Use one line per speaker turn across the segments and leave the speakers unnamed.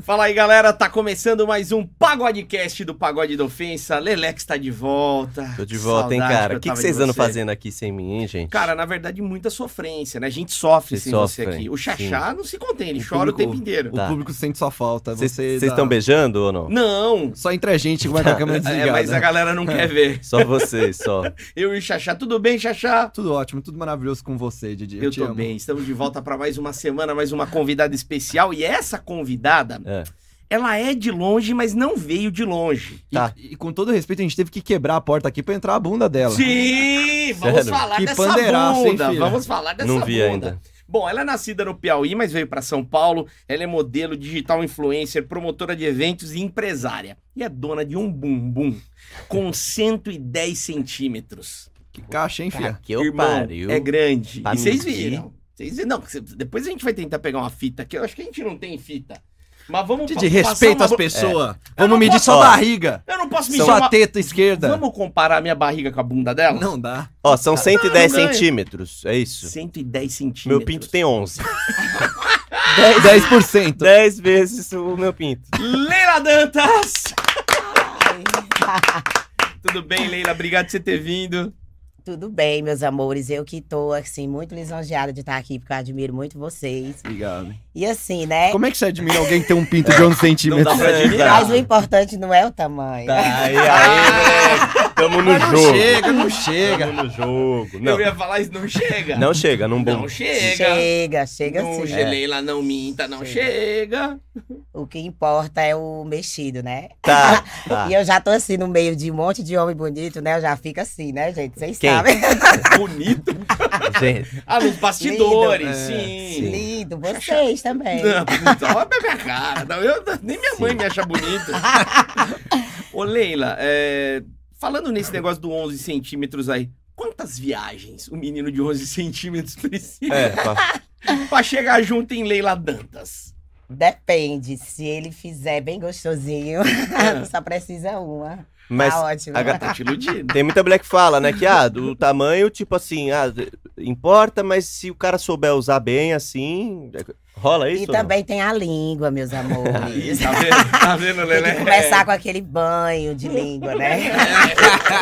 Fala aí, galera. Tá começando mais um Pagodecast do Pagode da Ofensa. Lelex tá de volta.
Tô de volta, hein,
Saudade
cara?
eu
O que, que
tava de
vocês andam
você.
fazendo aqui sem mim, hein, gente?
Cara, na verdade, muita sofrência, né? A gente sofre
Vocês
sem você
sofrem,
aqui. O Xaxá não se contém, ele
O
chora o
público-
tempo inteiro.
O
Tá.
público sente sua falta.
vocês
Você
vocês estão
dá-
beijando ou não? tá
Não!
Só entre a gente que vai com a câmera
É,
desligada.
mas
né?
a galera não quer ver.
Só vocês, só.
Eu e o Xaxá, tudo bem, Xaxá?
Tudo ótimo, tudo maravilhoso com você, Didi.
Eu,
te
tô
amo.
bem. Estamos de volta pra mais uma semana, mais uma convidada especial. E essa convidada,
É.
ela é de longe, mas não veio de longe.
E,
Tá.
e com todo respeito, a gente teve que quebrar a porta aqui pra entrar a bunda dela.
Sim! Vamos
Sério?
falar
Que
dessa
pandeiraço, hein,
bunda!
filho?
Vamos falar dessa
não vi
bunda.
ainda.
Bom, ela é nascida no Piauí, mas veio para São Paulo. Ela é modelo, digital influencer, promotora de eventos e empresária. E é dona de um bumbum com 110 centímetros.
Que caixa, hein, filha?
que eu
Irmão,
pariu.
é grande.
Pra
e vocês
medir.
viram. Vocês viram. Não, cê- depois a gente vai tentar pegar uma fita aqui. Eu acho que a gente não tem fita. Mas vamos
Didi,
pa- passar
respeita
uma
as
bo-
pessoas.
Eu não
Vamos medir
posso-
sua
Ó.
barriga.
Eu não posso medir
Sua
uma...
teta esquerda.
Vamos comparar minha barriga com a bunda dela?
Não dá.
Ó, são 110
não ganha.
centímetros, é isso.
110 centímetros.
Meu pinto tem 11.
10%.
10 vezes o meu pinto.
Leila Dantas! Tudo bem, Leila? Obrigado por você ter vindo.
Tudo bem, meus amores. Eu que tô, assim, muito lisonjeada de estar aqui, porque eu admiro muito vocês.
Obrigado.
E assim, né?
Como é que você admira alguém que tem um pinto de 11
Não dá
centímetros?
pra admirar.
Mas o importante não é o tamanho.
é? Tá, e aí, né? Tamo no
Mas não
jogo.
chega, não chega.
Tamo no jogo. Não,
Eu ia falar isso, não chega.
não chega, não bom.
Não chega.
Chega, chega assim. É.
não,
sim.
che- Leila, não minta, não chega.
O que importa é o mexido, né?
Tá, tá.
E eu já tô assim no meio de um monte de homem bonito, né? Eu já fico assim, né, gente? Vocês
Quem?
sabem.
Bonito.
tá, Gente,
Ah, nos bastidores,
Lindo,
sim.
Sim.
Lindo, vocês também.
Não, bonito. Olha a minha cara. Não, eu- nem minha mãe me acha bonita. Ô, Leila, é, falando nesse negócio do 11 centímetros aí, quantas viagens o menino de 11 centímetros precisa?
é, tá.
pra chegar junto em Leila Dantas.
Depende. Se ele fizer bem gostosinho,
É.
só precisa uma.
mas
tá ótimo.
a gata-
Tá te iludindo.
Tem muita mulher que fala, né? Que, ah, do tamanho, tipo assim, ah, importa, mas se o cara souber usar bem, assim, rola isso?
E
ou não?
também tem a língua, meus
Aí,
amores.
tá vendo? Tá vendo,
né?
Tem que
Lelé?
É.
começar com aquele banho de língua, né?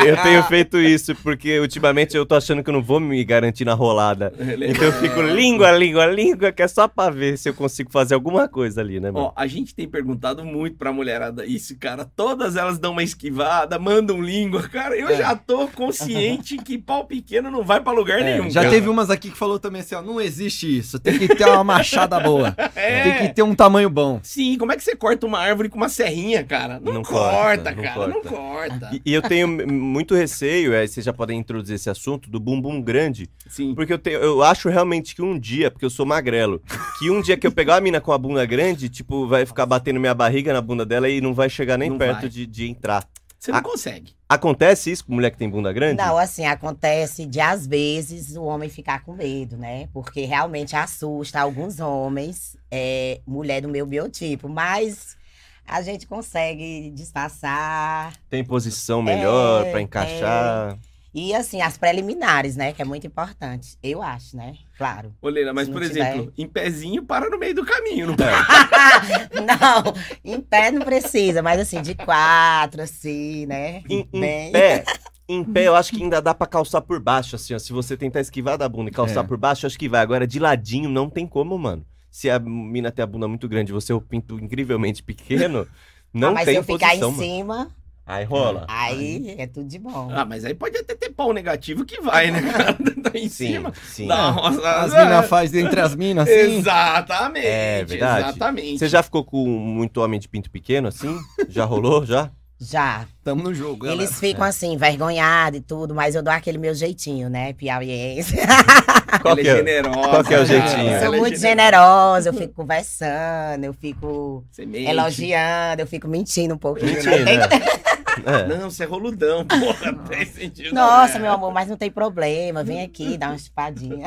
Eu tenho feito isso, porque ultimamente eu tô achando que eu não vou me garantir na rolada.
É, Lelé.
Então eu fico língua, língua, língua, que é só pra ver se eu consigo fazer alguma coisa ali, né, mano?
Ó, a gente tem perguntado muito pra mulherada isso, cara. Todas elas dão uma esquivada, mandam língua. Cara, eu
É.
já tô consciente que pau pequeno não vai pra lugar
É,
nenhum.
Já
cara.
teve um umas aqui que falou também assim, ó, não existe isso, tem que ter uma machada boa,
É.
tem que ter um tamanho bom.
Sim, como é que você corta uma árvore com uma serrinha, cara? Não,
Não
corta,
corta, não
cara, não
corta.
corta.
E, e eu tenho m- muito receio, aí vocês já podem introduzir esse assunto, do bumbum grande.
Sim.
Porque eu, tenho, eu acho realmente que um dia, porque eu sou magrelo, que um dia que eu pegar uma mina com a bunda grande, tipo, vai ficar batendo minha barriga na bunda dela e não vai chegar nem
Não
perto
vai.
de, de entrar.
Você não
Ah.
consegue.
Acontece isso com mulher que tem bunda grande?
Não, assim, acontece de às vezes o homem ficar com medo, né? Porque realmente assusta alguns homens, é, mulher do meu biotipo, mas a gente consegue disfarçar.
Tem posição melhor
É,
pra encaixar.
E assim, as preliminares, né? Que é muito importante. Eu acho, né? Claro.
Olheira, mas
Se
por
não tiver-
exemplo, em pezinho para no meio do caminho, não
não, em pé não precisa, mas assim, de quatro, assim, né?
Em, em
Bem-
pé, em pé, eu acho que ainda dá pra calçar por baixo, assim, ó. Se você tentar esquivar da bunda e calçar
É.
por baixo, eu acho que vai. Agora, de ladinho, não tem como, mano. Se a mina tem a bunda muito grande e você é o pinto incrivelmente pequeno, não
Ah, mas
tem
se eu ficar
posição,
em
mano.
cima,
Aí rola.
aí é tudo de bom.
Ah, mas aí pode até ter pau negativo que vai, né? cara? tá em
sim,
cima.
sim. É,
Dá uma-
As minas fazem entre as minas, assim,
é. Exatamente.
É verdade.
Exatamente.
Você já ficou com muito homem de pinto pequeno, assim? Já rolou, já?
Já.
tamo no jogo, galera.
Eles ficam assim, envergonhados e tudo, mas eu dou aquele meu jeitinho, né? Piauiense.
Qual
ela
que
é
é?
generosa.
qual que é
cara.
o jeitinho?
Ela
Sou
é
muito generosa, eu fico conversando, eu fico
Você mente.
elogiando, eu fico mentindo um pouquinho. né?
Mentira. É.
Não, você é roludão, porra, 10 centímetros.
Nossa,
É.
meu amor, mas não tem problema. Vem aqui, dá uma espadinha.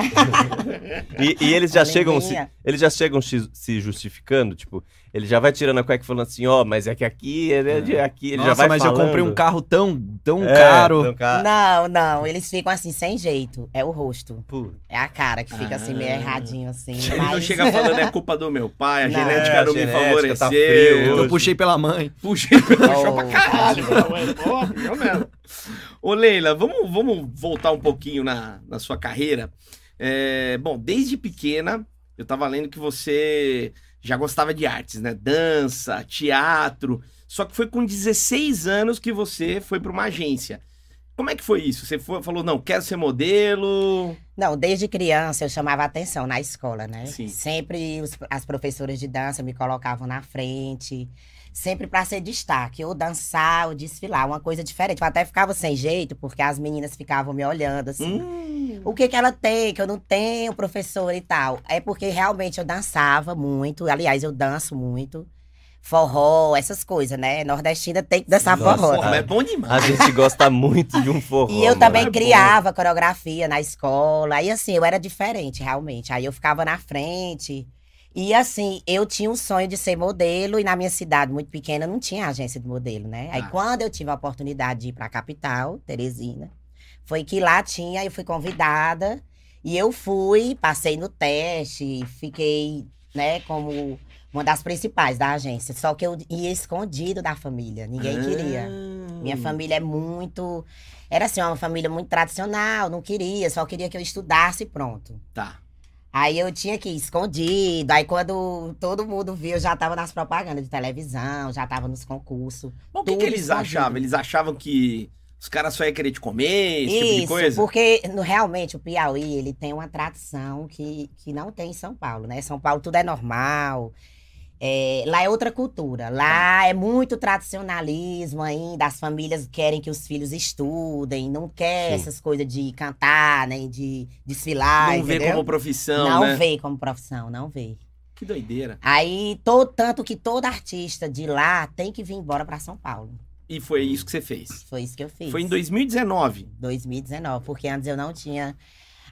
É. E, e eles já
Uma
chegam se,
linguinha.
eles já chegam se, se justificando, tipo, ele já vai tirando a cueca e falando assim, ó, mas é que aqui, é, de aqui, ele já
Nossa,
vai
mas eu comprei um
falando.
carro tão, tão
É,
caro.
então, cara,
Não, não, eles ficam assim, sem jeito. É o rosto.
pô,
É a cara que fica assim, meio
Ah.
erradinho, assim.
Ele não
Mas...
chega falando, é culpa do meu pai, a
Não.
genética
É,
não
a
me
genética
favoreceu.
tá frio
Eu
hoje.
puxei pela mãe.
Puxa, ele puxou
Oh,
pra caralho.
tadinho.
Ué, porra, é eu mesmo. Ô, Leila, vamos, vamos voltar um pouquinho na, na sua carreira. É, bom, desde pequena, eu tava lendo que você já gostava de artes, né? Dança, teatro. Só que foi com 16 anos que você foi pra uma agência. Como é que foi isso? Você foi- falou, não, quero ser modelo.
Não, desde criança eu chamava atenção na escola, né?
Sim.
Sempre os- as professoras de dança me colocavam na frente, sempre para ser destaque, ou dançar, ou desfilar, uma coisa diferente. Eu até ficava sem jeito, porque as meninas ficavam me olhando assim.
Hum,
O que que ela tem, que eu não tenho, professora e tal. É porque realmente eu dançava muito, aliás, eu danço muito. Forró, essas coisas, né? Nordestina tem que dançar
Nossa,
forró.
porra,
cara.
mas é bom
a
demais.
gente gosta muito de um forró.
E eu
mano.
também
é bom.
criava coreografia na escola. E assim, eu era diferente, realmente. Aí eu ficava na frente. E assim, eu tinha um sonho de ser modelo. E na minha cidade, muito pequena, não tinha agência de modelo, né? Aí
Ah.
quando eu tive a oportunidade de ir pra capital, Teresina, foi que lá tinha, eu fui convidada. E eu fui, passei no teste, fiquei, né, como uma das principais da agência. Só que eu ia escondido da família, ninguém queria.
Ah,
Minha
Hum.
família é muito. Era assim, uma família muito tradicional, não queria, só queria que eu estudasse e pronto.
Tá.
Aí eu tinha que ir escondido. Aí quando todo mundo viu, eu já tava nas propagandas de televisão, já tava nos concursos.
Bom, o que,
Tudo
que eles
escondido.
achavam? Eles achavam que os caras só iam querer te comer, esse tipo de coisa?
porque no- realmente o Piauí, ele tem uma tradição que, que não tem em São Paulo, né? São Paulo tudo é normal. É, lá é outra cultura.
Tá.
Lá é muito tradicionalismo ainda. As famílias querem que os filhos estudem, não quer
Sim.
essas coisas de cantar, nem de desfilar,
Não vê
entendeu?
como profissão,
né? não
né?
vê como profissão, não vê.
Que doideira.
Aí, to- tanto que todo artista de lá tem que vir embora para São Paulo.
E foi isso que você fez.
Foi isso que eu fiz.
Foi em 2019.
2019, porque antes eu não tinha.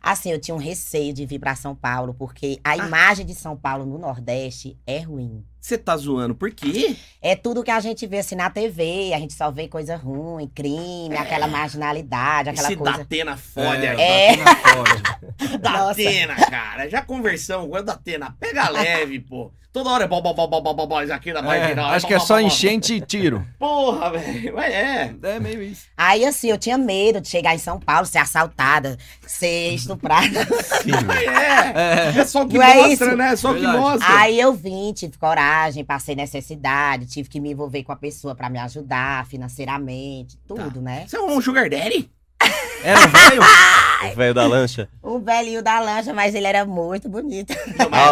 Assim, eu tinha um receio de vir para São Paulo, porque a
Ah.
imagem de São Paulo no Nordeste é ruim.
Você tá zoando. Por quê?
É tudo que a gente vê assim na TV, a gente só vê coisa ruim, crime, aquela marginalidade, aquela
Esse
coisa.
Datena foda.
É,
aí.
É.
bati na Ford.
Datena, cara. Já conversamos com o Datena. Pega leve, pô. Toda hora é bó, bó, bó, bó, bó, bó, bó, isso aqui da
É, acho que é só enchente e tiro.
Porra, velho. Mas é.
É meio isso.
Aí, assim, eu tinha medo de chegar em São Paulo, ser assaltada, ser estuprada.
Mas é.
É.
É só o que
Não é
mostra,
isso?
né? É só o que
Verdade.
mostra.
Aí eu vim, tive coragem, passei necessidade, tive que me envolver com a pessoa para me ajudar financeiramente, tudo, né?
Você é um sugar daddy?
Era um velho?
O velho da lancha.
O velhinho da lancha, mas ele era muito bonito.
Ah lá.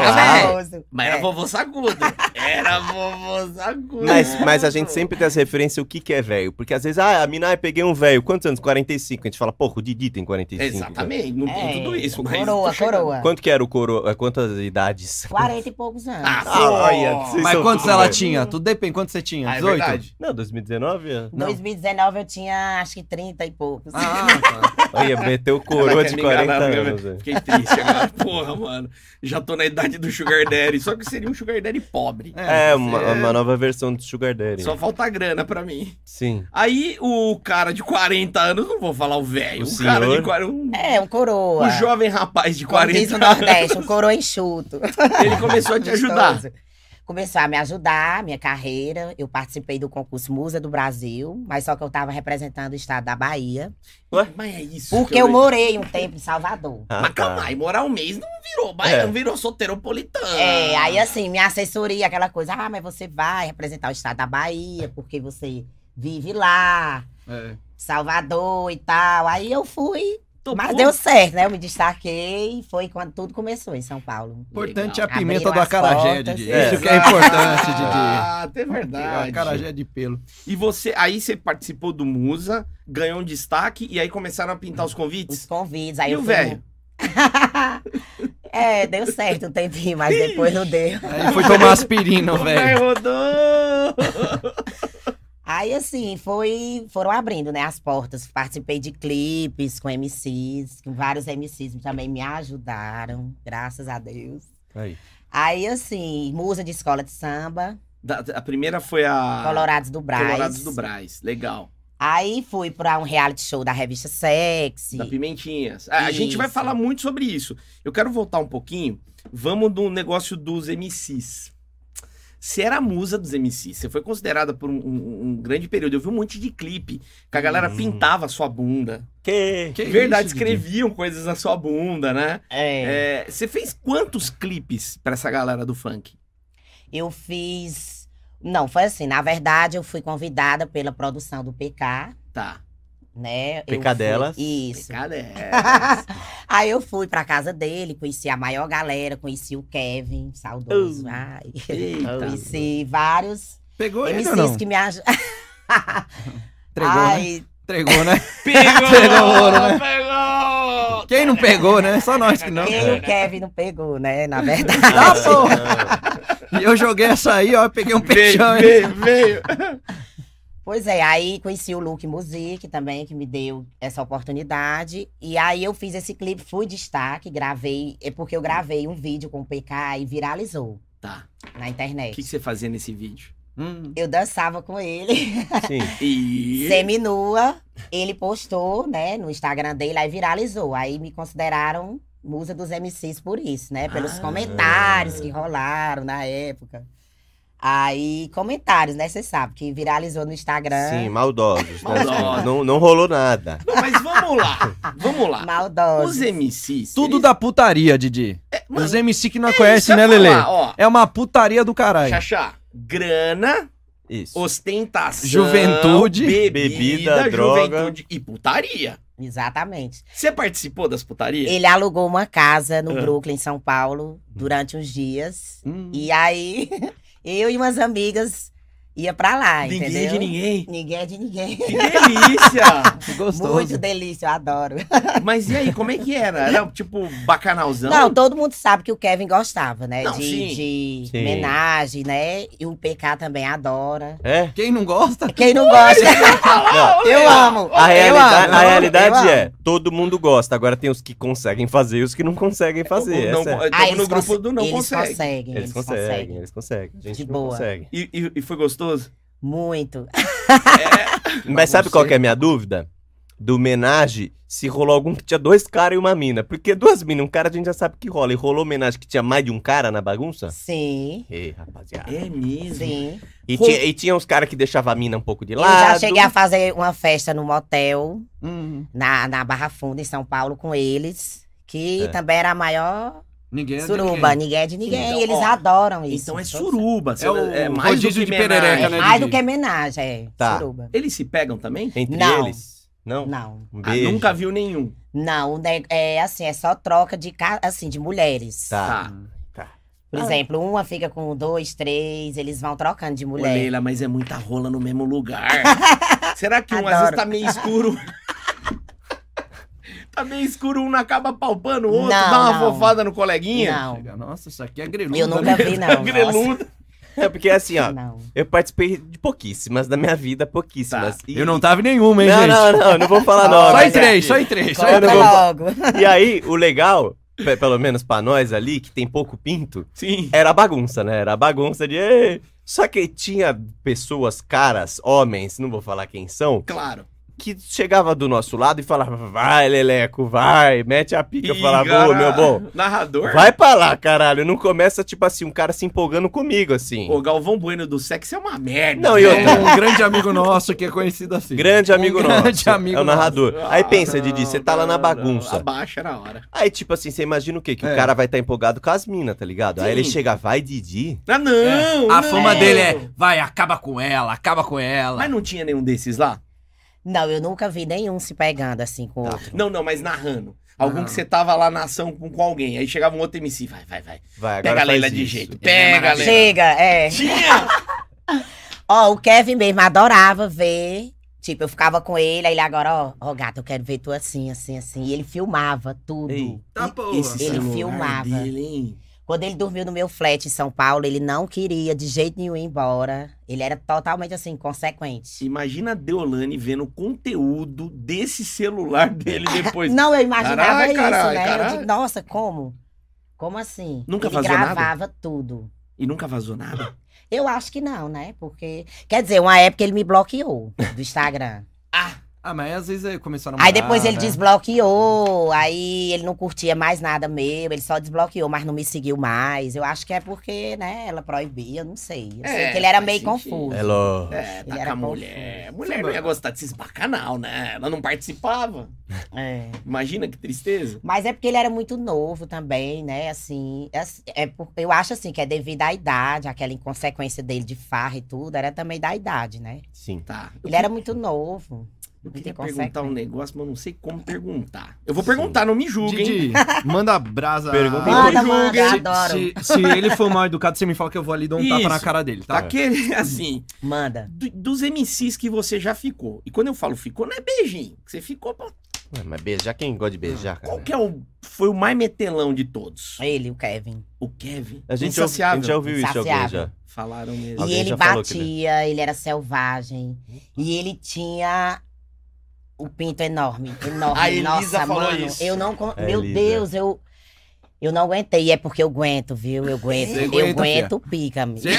Maravilhoso.
Mas é, era vovô sacudo. Era vovô sacudo.
Mas, mas a gente sempre tem as referências o que que é velho. Porque às vezes, ah, a mina, eu peguei um velho. Quantos anos? 45. A gente fala, porra, o Didi tem 45.
Exatamente, não tem tudo isso, mas.
É,
tá
Coroa, coroa.
então." Quanto que era o coro... Quantas idades?
40 e poucos anos.
Ah,
Ah,
pô.
olha, vocês
Mas
são
quantos
tudo
ela
velho.
tinha? Tudo depende. Quantos você tinha?
Ah, é
18?
verdade.
Não, 2019?
não.
2019 eu tinha acho que 30 e poucos.
Ah, tá.
Olha, meteu
Ela
coroa
quer
de
me
40
enganar, porque eu
anos. velho.
Fiquei triste agora. Porra, mano. Já tô na idade do Sugar Daddy. Só que seria um Sugar Daddy pobre.
É, uma,
É.
uma nova versão do Sugar Daddy.
Só falta a grana pra mim.
Sim.
Aí o cara de 40 anos, não vou falar o velho.
O
O, cara de
senhor.
40. Um,
É, um coroa.
um jovem rapaz de
Como diz
40
o
anos.
Nordeste, um coroa enxuto.
Ele começou a te ajudar.
Gostoso. Começou a me ajudar, minha carreira. Eu participei do concurso Musa do Brasil, mas só que eu tava representando o estado da Bahia.
Ué?
Mas é isso.
Porque
que
eu morei um tempo em Salvador.
Ah,
Mas calma
tá.
aí, morar um mês não virou baiano,
É.
virou soteropolitano.
É, aí assim, minha assessoria, aquela coisa, ah, mas você vai representar o estado da Bahia, porque você vive lá,
É.
Salvador e tal. Aí eu fui,
Topou?
mas deu certo, né? Eu me destaquei e foi quando tudo começou em São Paulo.
Importante é a
Legal.
pimenta
Abriu
do
as
acarajé,
portas.
Didi.
É.
Isso que é importante, Didi.
Ah, é
O
verdade.
acarajé de pelo.
E você, aí você participou do Musa, ganhou um destaque e aí começaram a pintar os
Os
convites?
convites, aí
E
eu
o
fui-
velho?
é, deu certo um tempinho, mas depois não deu.
Aí foi tomar aspirina,
O
velho.
velho rodou!
Aí, assim, foi, foram abrindo, né, as portas. Participei de clipes com MCs, com vários MCs também me ajudaram, graças a Deus.
Aí.
Aí, assim, musa de escola de samba,
Da- a primeira foi a
Colorados do Brás.
Ah, Colorados do Brás. Legal.
Aí fui pra um reality show da revista Sexy.
Da Pimentinhas. A, a gente vai
Isso.
falar muito sobre isso. Eu quero voltar um pouquinho. Vamos no negócio dos MCs. Você era a musa dos MCs. Você foi considerada por um, um- um grande período. Eu vi um monte de clipe que a galera
Hum.
pintava a sua bunda.
Que?
Que
Verdade,
isso, Didi?
escreviam coisas na sua bunda, né? É,
É.
Você fez quantos clipes pra essa galera do funk?
Eu fiz. Não, foi assim. Na verdade, eu fui convidada pela produção do PK,
Tá.
né? Eu fui-
Pecadelas.
Isso.
Galera.
Aí eu fui pra casa dele, conheci a maior galera, conheci o Kevin, saudoso.
Oh.
Ai.
Eita.
Conheci vários
Pegou ele ou
MCs
não?
que Ah, é me ajudaram.
Entregou, né?
Ai,
Entregou, né?
Pegou!
Pegou ouro, né?
Pegou!
Quem não pegou, né? Só nós que não.
quem o Kevin não pegou, né? Na verdade.
Tá, porra! E eu joguei essa aí, ó, peguei um peixão, hein?
veio, veio.
Pois é, aí conheci o Luke Music também, que me deu essa oportunidade. E aí eu fiz esse clipe, fui destaque, gravei, é porque eu gravei um vídeo com o PK e viralizou
Tá.
na
O
internet.
que, que você fazia nesse vídeo?
Hum.
Eu dançava com ele,
Sim.
E...
seminua. Ele postou, né, no Instagram dele, aí viralizou. Aí me consideraram musa dos MCs por isso, né? Pelos
Ah.
comentários que rolaram na época. Aí, comentários, né? Você sabe, que viralizou no Instagram.
Sim, maldosos. né?
Maldosos.
Não, não rolou nada.
Não, mas vamos lá. Vamos lá.
Maldosos.
Os MCs.
Tudo
eles-
da putaria, Didi.
Mano,
Os MC que não
é
conhecem,
isso,
né,
eu ia
Lele?
falar, Ó,
É uma putaria do caralho.
Xaxá. Grana,
Isso.
ostentação,
Juventude.
bebida,
Bebida, droga.
juventude e putaria.
Exatamente.
Você participou das putarias?
Ele alugou uma casa no
Ah. Hum.
Brooklyn, em São Paulo, durante uns dias.
Hum.
E aí, eu e umas amigas ia pra lá,
ninguém
É,
é
entendeu?
de ninguém.
Ninguém é de ninguém.
Que delícia!
Que gostoso.
Muito delícia, eu adoro.
Mas e aí, como é que era? Era tipo bacanalzão? Tá
Não, todo mundo sabe que o Kevin gostava, né?
Não, sim.
de de
Sim.
homenagem, né? E o PK também adora.
É?
Quem não gosta?
Quem não gosta,
Não.
eu amo.
A realidade,
amo,
a
eu
realidade
amo.
é, todo mundo gosta. Agora tem os que conseguem fazer e os que não conseguem fazer.
Não,
essa é.
Tamo
Ah,
no
eles
grupo
conse-
do não
eles
consegue.
conseguem.
Eles conseguem, eles conseguem. A gente
De
não
boa.
consegue.
E, e- e foi gostoso?
Muito.
Mas sabe qual que é a minha dúvida? Do homenagem, se rolou algum que tinha dois caras e uma mina. Porque duas minas, um cara a gente já sabe que rola. E rolou homenagem que tinha mais de um cara na
Tá.
bagunça?
Sim.
Ei, rapaziada.
É mesmo.
Ah, Sim.
E,
Ro-
tinha, e tinha uns caras que deixavam a mina um pouco de
Eu
lado.
já cheguei a fazer uma festa no motel.
Hum.
na, na Barra Funda, em São Paulo, com eles. Que
É.
também era a maior
Ninguém é de ninguém.
suruba. Ninguém é de ninguém.
Então,
e eles
ó,
adoram isso.
Então é
Todos-
suruba.
É o rodízio de
homenagem.
perereca,
É
né?
mais
Didi?
do que homenagem, é.
Tá.
Suruba.
Ah, Eles se pegam também?
Entre
Não.
eles? Não.
Não.
Um
Ah,
beijo.
nunca viu nenhum.
Não, né, é assim, é só troca de ca- assim, de mulheres.
Tá.
Tá.
Por
Ah.
exemplo, uma fica com dois, três, eles vão trocando de
Ô,
mulher.
Leila, mas é muita rola no mesmo lugar. Será que um às vezes
Adoro.
tá meio escuro? tá meio escuro, um acaba palpando o outro,
Não,
dá uma
não.
fofada no coleguinha.
Não.
Nossa, isso aqui é greludo.
Eu nunca vi, não. nossa.
Greludo.
É porque assim, ó.
Não.
Eu participei de pouquíssimas da minha vida, pouquíssimas. E-
Eu não tava em nenhuma, hein,
não,
gente?
não, não, não é vou falar
Só
nome.
Só em
Olha.
três, só em três. Só
é
em
não
Conta
três.
vou-
logo.
E aí, o legal, pe- pelo menos pra nós ali, que tem pouco pinto,
Sim.
era a bagunça, né? Era a bagunça de. "Ê". Só que tinha pessoas, caras, homens, não vou falar quem são,
Claro.
que chegava do nosso lado e falava: vai, Leleco, vai, mete a pica. Eu falava: ô,
Igara-
meu bom,
Narrador.
vai pra lá, caralho. Não começa, tipo assim, um cara se empolgando comigo, assim.
O Galvão Bueno do sexo é uma merda.
Não, e
né?
outra,
Um grande amigo nosso que é conhecido assim.
Grande amigo
um
nosso.
grande amigo
é o narrador.
Ah,
Aí pensa,
não,
Didi, você tá lá na
não, Ah, não.
bagunça.
Abaixa na hora.
Aí, tipo assim, você imagina o quê? Que o
É.
cara vai estar empolgado com as minas, tá ligado? Aí
Sim.
ele chega, vai, Didi.
Ah, não!
A
não.
fama dele é, vai, acaba com ela, acaba com ela.
Mas não tinha nenhum desses lá?
Não, eu nunca vi nenhum se pegando assim com
Tá.
outro.
Não, não, mas narrando. Algum
Ah.
que você tava lá na ação com, com alguém. Aí chegava um outro MC. Vai, vai, vai.
Vai, agora
Pega a
faz
Leila de
isso.
jeito. Pega a
maravilha.
Leila.
Chega, é.
Tinha!
Ó, o Kevin mesmo adorava ver. Tipo, eu ficava com ele, aí ele agora, ó, ó, gato, eu quero ver tu assim, assim, assim. E ele filmava tudo.
Ei.
Tá,
Esse
Ele
celular
filmava.
Dele, hein?
Quando ele dormiu no meu flat em São Paulo, ele não queria de jeito nenhum ir embora. Ele era totalmente assim, consequente.
Imagina a Deolane vendo o conteúdo desse celular dele depois.
Não, eu imaginava
Carai,
isso,
carai,
né? Eu
carai.
digo, nossa, como? Como assim?
Nunca
ele
vazou nada?
gravava tudo.
E nunca vazou nada?
Eu acho que não, né? Porque. Quer dizer, uma época ele me bloqueou do Instagram.
Ah, mas às vezes aí começou a namorar.
Aí depois ele
né?
desbloqueou, aí ele não curtia mais nada meu, ele só desbloqueou, mas não me seguiu mais. Eu acho que é porque, né, ela proibia, eu não sei. Eu sei
É,
que ele era
faz
meio
sentido.
confuso.
Hello.
É,
Ele
tá com
era
a
confuso.
mulher. Mulher não ia gostar desses bacanal, né? Ela não participava.
É.
Imagina que tristeza.
Mas é porque ele era muito novo também, né? Assim, é, é por- eu acho assim que é devido à idade, aquela inconsequência dele de farra e tudo, era também da idade, né?
Sim.
Tá. Eu
Ele era muito novo.
Eu
muito
queria
inconsequente.
perguntar um negócio, mas eu não sei como perguntar. Eu vou
Sim.
perguntar, não me julguem.
Didi, manda brasa.
Pergunta-
Manda,
julguem.
manda, eu
Se-
adoro.
Se, se ele for mal educado, você me fala que eu vou ali dar um tapa
Isso.
na cara dele,
Tá
tá?
que, assim,
Manda.
do- dos MCs que você já ficou. E quando eu falo ficou, não é beijinho. que Você ficou. pô,
Ué, mas beijar, quem gosta de
Ah,
beijar, cara?
Qual que é o. Foi o mais metelão de todos?
Ele, o Kevin.
O Kevin.
A gente, já, ouvi- a
Insaciável.
gente já ouviu isso alguém já.
Insaciável.
Falaram mesmo.
E
Alguém
ele
já falou que
é.
batia, ele era selvagem. E ele tinha o pinto enorme, enorme.
A Elisa
Nossa,
falou
mano,
isso.
eu não, con-
A
meu
Elisa.
Deus, eu eu não aguentei, E é porque eu aguento, viu? Eu aguento,
Você
eu
aguenta, fia.
aguento o pica, amigo.
Você-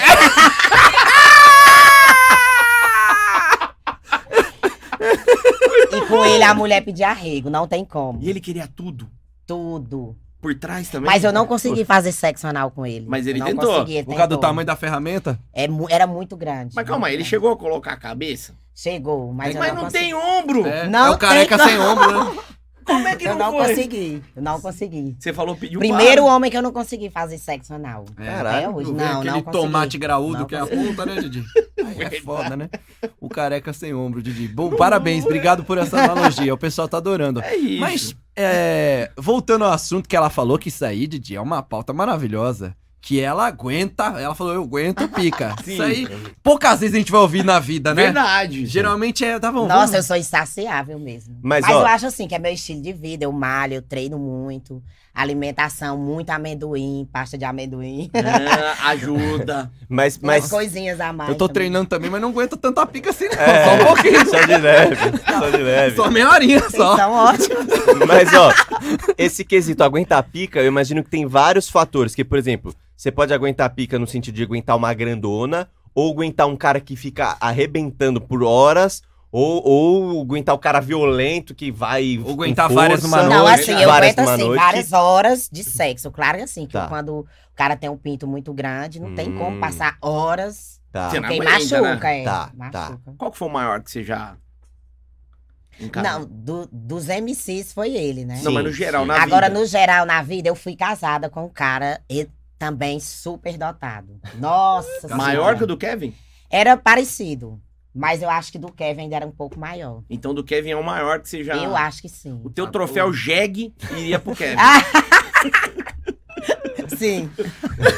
E com ele a mulher pedia arrego, não tem como.
E ele queria tudo.
Tudo.
Por trás também.
Mas eu não consegui fazer sexo anal com ele.
Mas ele
não
tentou.
Consegui, ele
Por causa do
tentou.
tamanho da ferramenta?
É mu- era muito grande.
Mas calma aí, ele chegou a colocar a cabeça?
Chegou, mas,
Mas,
eu
não,
consegui.
tem ombro!
É,
Não
é o careca
tem
sem ombro, né?
Como é que
Eu
não,
não
foi?
consegui, eu não consegui.
Você falou pediu
Primeiro
para.
homem que eu não consegui fazer sexo anal.
Caralho,
É, Até hoje.
Tu vê
Não,
aquele
não consegui.
tomate graúdo
Não
que é a
consegui.
ponta, né, Didi? Aí é foda, né? O careca sem ombro, Didi. Bom, parabéns, obrigado por essa analogia. O pessoal tá adorando.
É isso.
Mas, é, voltando ao assunto que ela falou, que isso aí, Didi, é uma pauta maravilhosa. Que ela aguenta, ela falou, eu aguento, pica.
Sim. É
Isso aí, poucas vezes a gente vai ouvir na vida, né?
Verdade.
Geralmente é, tá bom,
Nossa, eu
vamos-
sou insaciável mesmo.
Mas,
Mas,
ó-
eu acho assim, que é meu estilo de vida. Eu malho, eu treino muito. Alimentação, muito amendoim, pasta de amendoim.
Ah, ajuda.
Mas,
Umas
mas.
coisinhas a mais.
eu tô
também.
treinando também, mas não aguento tanta pica assim, não.
É.
Só um pouquinho,
Só de leve, só de leve.
só meia horinha
Vocês
só.
são ótimos.
Mas, ó, esse quesito aguentar a pica, eu imagino que tem vários fatores. Que, por exemplo, você pode aguentar a pica no sentido de aguentar uma grandona, ou aguentar um cara que fica arrebentando por horas, ou, ou aguentar o cara violento que vai.
Ou
com
aguentar várias numa
Não,
noite,
assim, eu
várias
aguento assim,
numa noite.
várias horas de sexo. Claro que assim, que
Tá.
quando o cara tem um pinto muito grande, não tem
Hum.
como passar horas.
Tá.
Você não
Porque
aguenta,
machuca,
né?
é.
Tá,
machuca.
Qual que foi o maior que você já.
Não,
encarou?
do- dos MCs foi ele, né?
Não, mas no
Sim,
geral,
sim.
na
Agora,
vida.
no geral, na vida, eu fui casada com um cara e também super dotado. Nossa
Maior que o
Senhora.
do Kevin?
Era parecido, mas eu acho que do Kevin ainda era um pouco maior.
Então do Kevin é o maior que você já.
Eu acho Ah, que sim.
O teu
Ah,
troféu jegue iria pro Kevin.
Sim.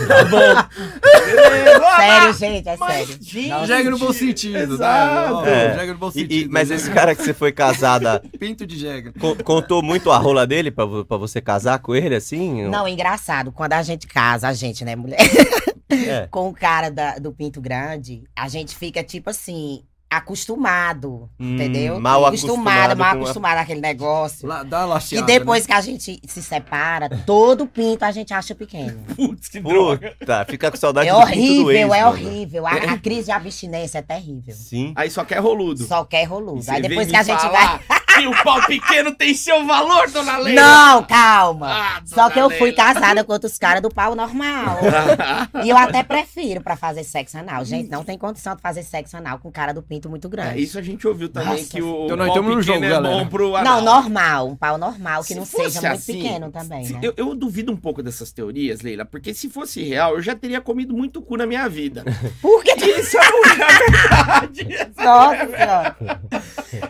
Tá bom. Beleza.
sério, gente, é
Tá Mas,
sério.
gente,
Nossa.
Joga no bom sentido,
Exato.
né?
É.
Joga no bom sentido.
E- e- mas
né?
esse cara que você foi casada,
Pinto de jega.
co- contou muito a rola dele pra, vo- pra você casar com ele, assim?
Não, engraçado, quando a gente casa, a gente, né, mulher?
É.
Com o cara da- do Pinto Grande, a gente fica tipo assim, acostumado,
Hum,
entendeu?
mal
Acostumado,
acostumado
mal
com a-
acostumado àquele negócio.
Lá, dá uma
Que
lacheada,
né?
depois que a gente se separa, todo pinto a gente acha pequeno.
Putz, que droga.
Puta, fica com saudade
É
do pinto do ex,
horrível, é
mano.
horrível. A, a crise de abstinência é terrível.
Sim.
Aí só quer roludo.
Só quer
E
roludo.
você
Aí
vem
depois
me
que a gente vai.
falar Que o pau pequeno tem seu valor, dona Leila.
Não, calma.
Ah,
Só que eu
dona
fui
Leila.
casada com outros caras do pau normal. E eu até prefiro pra fazer sexo anal. Gente, não tem condição de fazer sexo anal com um cara do pinto muito
É,
grande.
isso a gente ouviu também
Nossa.
que o
Então nós
pau
estamos no
pequeno
jogo,
é
galera.
bom pro
Não,
anal.
normal, um pau normal, que
Se
não
fosse
seja muito
assim,
pequeno também,
Se-
né?
Eu, eu duvido um pouco dessas teorias, Leila, porque se fosse real, eu já teria comido muito cu na minha vida.
Por que
E Isso é a verdade.
Nossa senhora.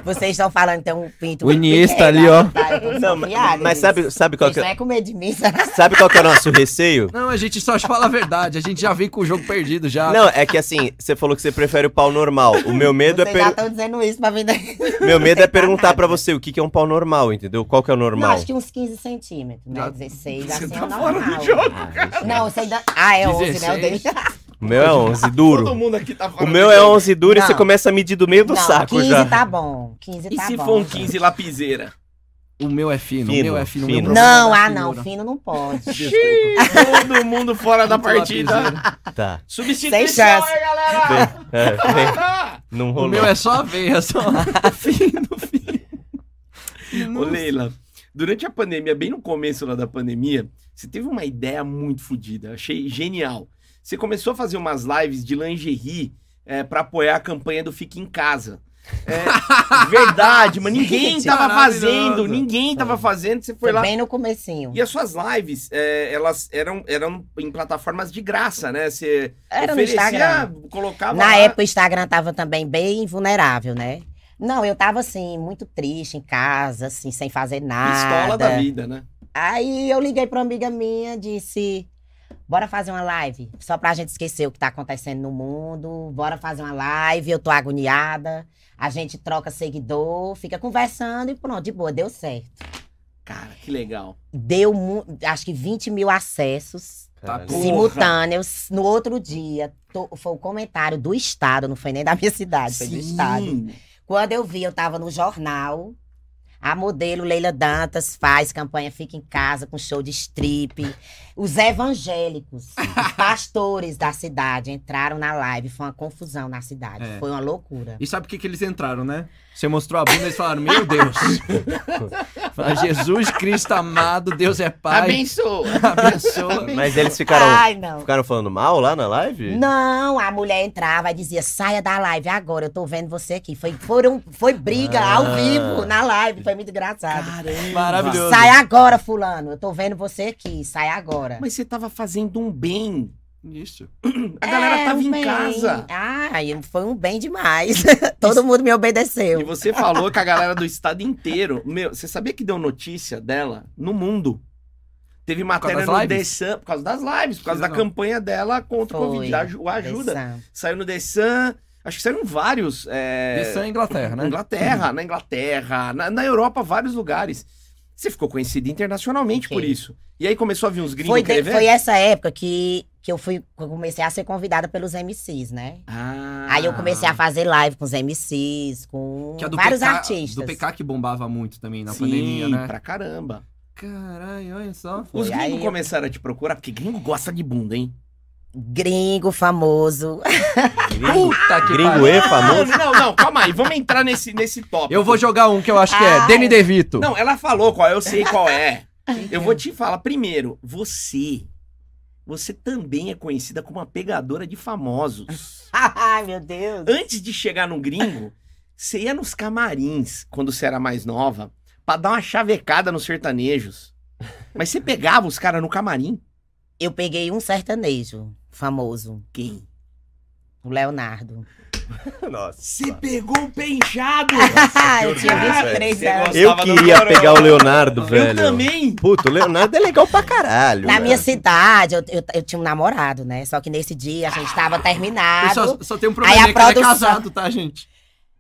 Vocês estão falando que tem um pinto.
O
muito
Iniesta
pequeno,
ali, ó.
rapaz, eu tô
Não, mas,
desconfiada
mas
disso.
sabe, sabe, qual
Vocês
que,
não é com medo de mim, será?
sabe qual que é o nosso receio?
né? Não, a gente só fala a verdade. A gente já vem com o jogo perdido já.
Não, é que assim, você falou que você prefere o pau normal. O meu medo é,
Vocês já
per...
estão dizendo isso pra mim. né?
meu medo é perguntar pra você o que, que é um pau normal, entendeu? Qual que é o
Não,
normal?
acho que uns 15 centímetros, né?
Já-
16,
Você
assim é
tá
o
fora
normal. Ah,
do jogo.
Não, você ainda. Ah, é 11, né? O dele.
16.
O meu é 11
Todo
duro.
mundo aqui tá fora
O
do
meu é
jogo.
11 duro e você
Não.
começa a medir do meio do
Não,
saco
15
já.
tá bom. 15
E
tá
se
bom.
for um
gente.
15 lapiseira?
O meu é fino,
Fino,
o meu é fino. o
fino.
Meu
Não,
problema é a
ah não,
finura.
fino não pode.
Todo mundo fora da partida.
Tá.
Substituição,
Sem chance.
hein, galera? Ah!
Bem, é, bem, não
O
rolou.
meu é só a veia, só. fino, fino.
Ô, Leila, durante a pandemia, bem no começo lá da pandemia, você teve uma ideia muito fodida. Achei genial. Você começou a fazer umas lives de lingerie é, pra apoiar a campanha do Fique em Casa. É, verdade, mas ninguém
Gente,
tava fazendo,
maravilhoso.
ninguém tava fazendo. Você foi
Foi
lá
bem no comecinho.
E as suas lives, é, elas eram, eram em plataformas de graça, né? Você
Era no
oferecia,
Instagram.
colocava
Na
lá.
época o Instagram tava também bem vulnerável, né? Não, eu tava assim, muito triste em casa, assim, sem fazer nada.
Pistola
é.
da vida, né?
Aí eu liguei pra uma amiga minha, disse: Bora fazer uma live, só pra gente esquecer o que tá acontecendo no mundo. Bora fazer uma live, eu tô agoniada. A gente troca seguidor, fica conversando e pronto, de boa, deu certo.
Cara, que legal.
Deu, mu- acho que 20 mil acessos
Caralho.
tá
Porra.
simultâneos. No outro dia, to- foi o comentário do Estado, não foi nem da minha cidade, foi do Estado. Quando eu vi, eu tava no jornal. A modelo Leila Dantas faz campanha Fica em Casa com show de strip. Os evangélicos, os pastores da cidade entraram na live. Foi uma confusão na cidade.
É.
Foi uma loucura.
E sabe por que, que eles entraram, né? Você mostrou a bunda e eles falaram, meu Deus. Falaram, Jesus Cristo amado, Deus é Pai,
Abençoa.
abençoa.
Mas eles ficaram,
Ai, não.
ficaram falando mal lá na live?
Não, a mulher entrava e dizia: saia da live agora, eu tô vendo você aqui. Foi, foram, foi briga
Ah.
ao vivo na live, foi muito engraçado.
Maravilhoso.
Sai agora, fulano. Eu tô vendo você aqui. Sai agora.
Mas você tava fazendo um bem.
Isso.
A galera
É,
tava
um
em
bem.
casa.
Ah, e foi um bem demais. Todo mundo me
E
obedeceu.
você falou com a galera do estado inteiro. Meu, você sabia que deu notícia dela no mundo? Teve matéria
das
no The
lives?
Sun, por causa das lives, por causa da
Não.
campanha dela contra o Covid,
Foi.
da aju- o ajuda.
Atenção.
Saiu no The Sun, acho que saíram vários. é,
Isso é Inglaterra,
Na
né?
Inglaterra, na Inglaterra, na, na Europa, vários lugares. Você ficou conhecida internacionalmente
Fiquei.
por isso. E aí começou a vir uns gringos
Foi, de-
escrever?
foi essa época que, que eu fui, que eu comecei a ser convidada pelos MCs, né?
Ah.
Aí eu comecei a fazer live com os MCs, com
Que é do
vários
PK,
artistas.
Do PK que bombava muito também na
Sim,
pandemia, né?
pra caramba.
Caralho, olha só.
Os
Foi,
gringos
aí eu-
começaram a te procurar, porque gringo gosta de bunda, hein?
Gringo famoso.
Gringo,
Puta que
gringo
pariu.
e famoso?
Ah, Não, não, não, calma aí, vamos entrar nesse, nesse tópico.
Tá Eu vou jogar um que eu acho que é.
Ai.
Danny DeVito.
Não, ela falou qual, eu sei qual é. Eu vou te falar. Primeiro, você. Você também é conhecida como uma pegadora de famosos.
Ai, meu Deus.
antes de chegar no gringo, você ia nos camarins, quando você era mais nova, pra dar uma chavecada nos sertanejos. Mas você pegava os caras no camarim?
Eu peguei um sertanejo famoso,
Quem?
o Leonardo.
Nossa.
Você pegou um o penchado!
Ah,
eu tinha
horror,
23
velho.
anos.
Eu
Gostava do
queria
Leonardo.
pegar o Leonardo,
Eu
velho.
também!
Puto, o Leonardo é legal pra caralho.
Na
velho.
minha cidade, eu, eu, eu tinha um namorado, né? Só que nesse dia a gente
Ah,
tava
Eu
terminado.
só, só tem um problema,
Aí a
é que ele é
produção-
casado, tá, gente?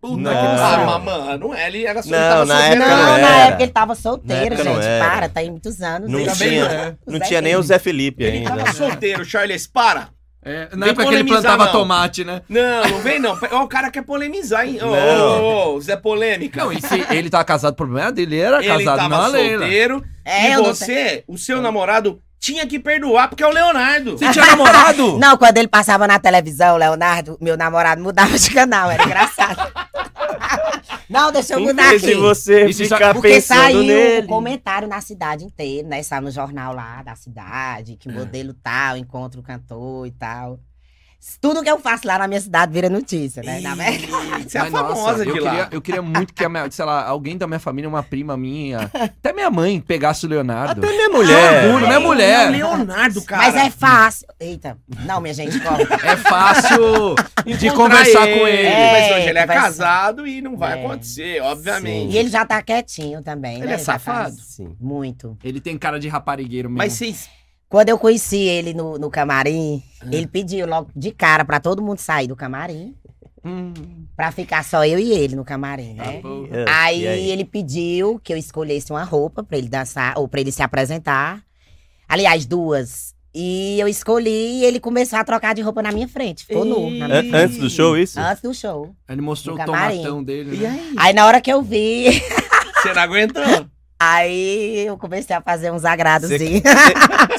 Puta
Não.
que pariu. Ah, mas, mano, ele era
Não,
tava solteiro.
na
Não,
época não
na
era.
época ele tava solteiro,
época não
gente.
era.
Para, tem muitos anos. né?
Não
isso.
tinha.
O
Não
Zé
tinha nem o
Felipe.
Zé Felipe
Ele
ainda.
tava solteiro, Charles, para!
É, na
Vem
época que ele
polemizar,
plantava
não.
tomate, né?
Não, não vem não. Ó, o cara quer polemizar, hein? Ô,
Não.
ô, ô, Zé Polêmica.
Não, e se ele tá casado, o problema dele era
ele
casado, não a
tava
Leila.
solteiro.
É,
e
eu não
você, o seu namorado, tinha que perdoar porque é o Leonardo.
Você tinha namorado?
Não, quando ele passava na televisão, Leonardo, meu namorado mudava de canal, era engraçado. não, deixa eu mudar
Em vez
aqui.
de você
Isso já-
ficar
Porque saiu
pensando nele.
o comentário na cidade inteira, né?
Ah.
Saiu no jornal lá da cidade, que modelo tal, encontra o cantor e tal. Tudo que eu faço lá na minha cidade vira
É
notícia, né? Na verdade.
Ih, Você é a
Mas, nossa,
famosa
eu
de
queria,
lá.
Eu queria muito que, a minha, sei lá, alguém da minha família, uma prima minha, até minha mãe, pegasse o Leonardo.
Até minha
Ah,
mulher.
orgulho,
É.
né, mulher?
Leonardo, cara.
Mas é fácil. Eita, não, minha gente, corta.
É fácil de
Encontrar
conversar com ele.
É,
mas hoje ele é
vai ser-
casado e não vai
É.
acontecer, obviamente.
E ele já tá quietinho também,
Ele
né?
é
Já tá
safado?
Sim.
Muito.
Ele tem cara de raparigueiro mesmo.
Mas vocês.
Quando eu conheci ele no, no camarim,
Ah.
ele pediu logo de cara pra todo mundo sair do camarim,
Hum,
pra ficar só eu e ele no camarim,
tá
né?
Ah,
bom.
É,
Aí,
e
ele pediu que eu escolhesse uma roupa pra ele dançar ou pra ele se apresentar. Aliás, duas. E eu escolhi e ele começou a trocar de roupa na minha frente. Ficou nu. na
An-
minha-
antes do show, isso?
Antes do show.
Ele mostrou
No
o
camarim.
tomatão dele,
E
né?
aí?
Aí na hora que eu vi,
Você não aguentou?
aí eu comecei a fazer uns agrados.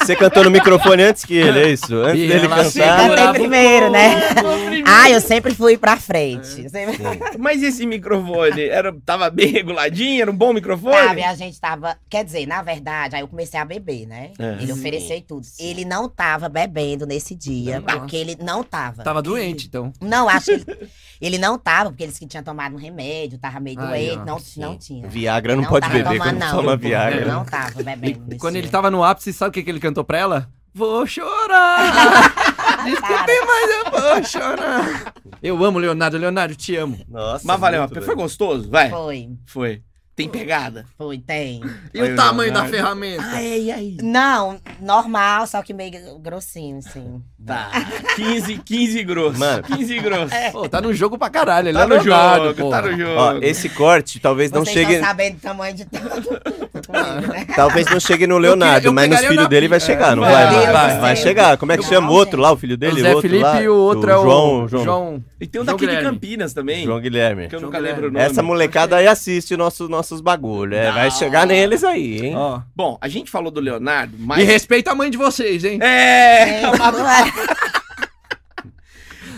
Você cantou no microfone antes que ele, é isso? Antes
E
dele
ela
cantar.
segurava
Cantei
o
primeiro, né?
Ô, primeiro.
Ah, eu sempre fui pra frente. Sempre...
Mas esse microfone era, tava bem reguladinho? Era um bom microfone?
Sabe, a gente tava. é Quer dizer, na verdade, aí eu comecei a beber, né?
É.
Ele
Sim.
ofereceu e tudo. Ele não tava bebendo nesse dia,
Nossa.
porque ele não tava.
Tava doente, então.
Não, acho que ele, ele não tava, porque eles que tinham tomado um remédio, tava meio
Ai,
doente,
ó,
não,
sim.
não tinha.
Viagra não, pode
tava
beber
tomando,
quando toma Viagra. né?
Não tava bebendo.
E
nesse
quando ele
dia.
tava no ápice, sabe o que, que ele cantou pra ela? Vou chorar! Desculpe, mas eu vou chorar. Eu amo o Leonardo. Leonardo, te amo.
Nossa.
Mas valeu, a
muito
pena.
bem.
foi gostoso? Vai.
Foi,
Foi. Tem pegada.
foi, tem.
E
Aí
o Ah,
o
tamanho da
Leonardo-
ferramenta?
é, e aí?
Não, normal, só que meio grossinho, assim.
Tá. 15, 15 grosso.
Mano.
15 grosso.
Pô, tá no jogo pra caralho. Ele
Tá
é
no
Leonardo,
jogo,
pô.
tá no jogo.
Ó, esse corte talvez não
Vocês
chegue.
estão sabendo o tamanho de tudo. comigo, né?
Talvez não chegue no Leonardo,
eu
mas nos
pegaria
filhos
na
dele vai
pica.
chegar, não
Vai,
vai?
vai,
Vai, vai,
vai.
chegar. Como é que
Eu-
chama o outro lá, o filho
O
dele?
Zé
outro
Felipe
lá,
e o outro
do
é o
João, João, João,
João.
E tem um daqui
Guilherme.
de Campinas também.
Guilherme.
Que eu
João
nunca
Guilherme.
lembro o nome.
Essa molecada aí assiste nosso, nossos bagulho. É, vai
Não.
chegar neles aí, hein?
Ó.
Bom, a gente falou do Leonardo,
E
mas.
respeita a mãe de vocês, hein?
É!
É, não é.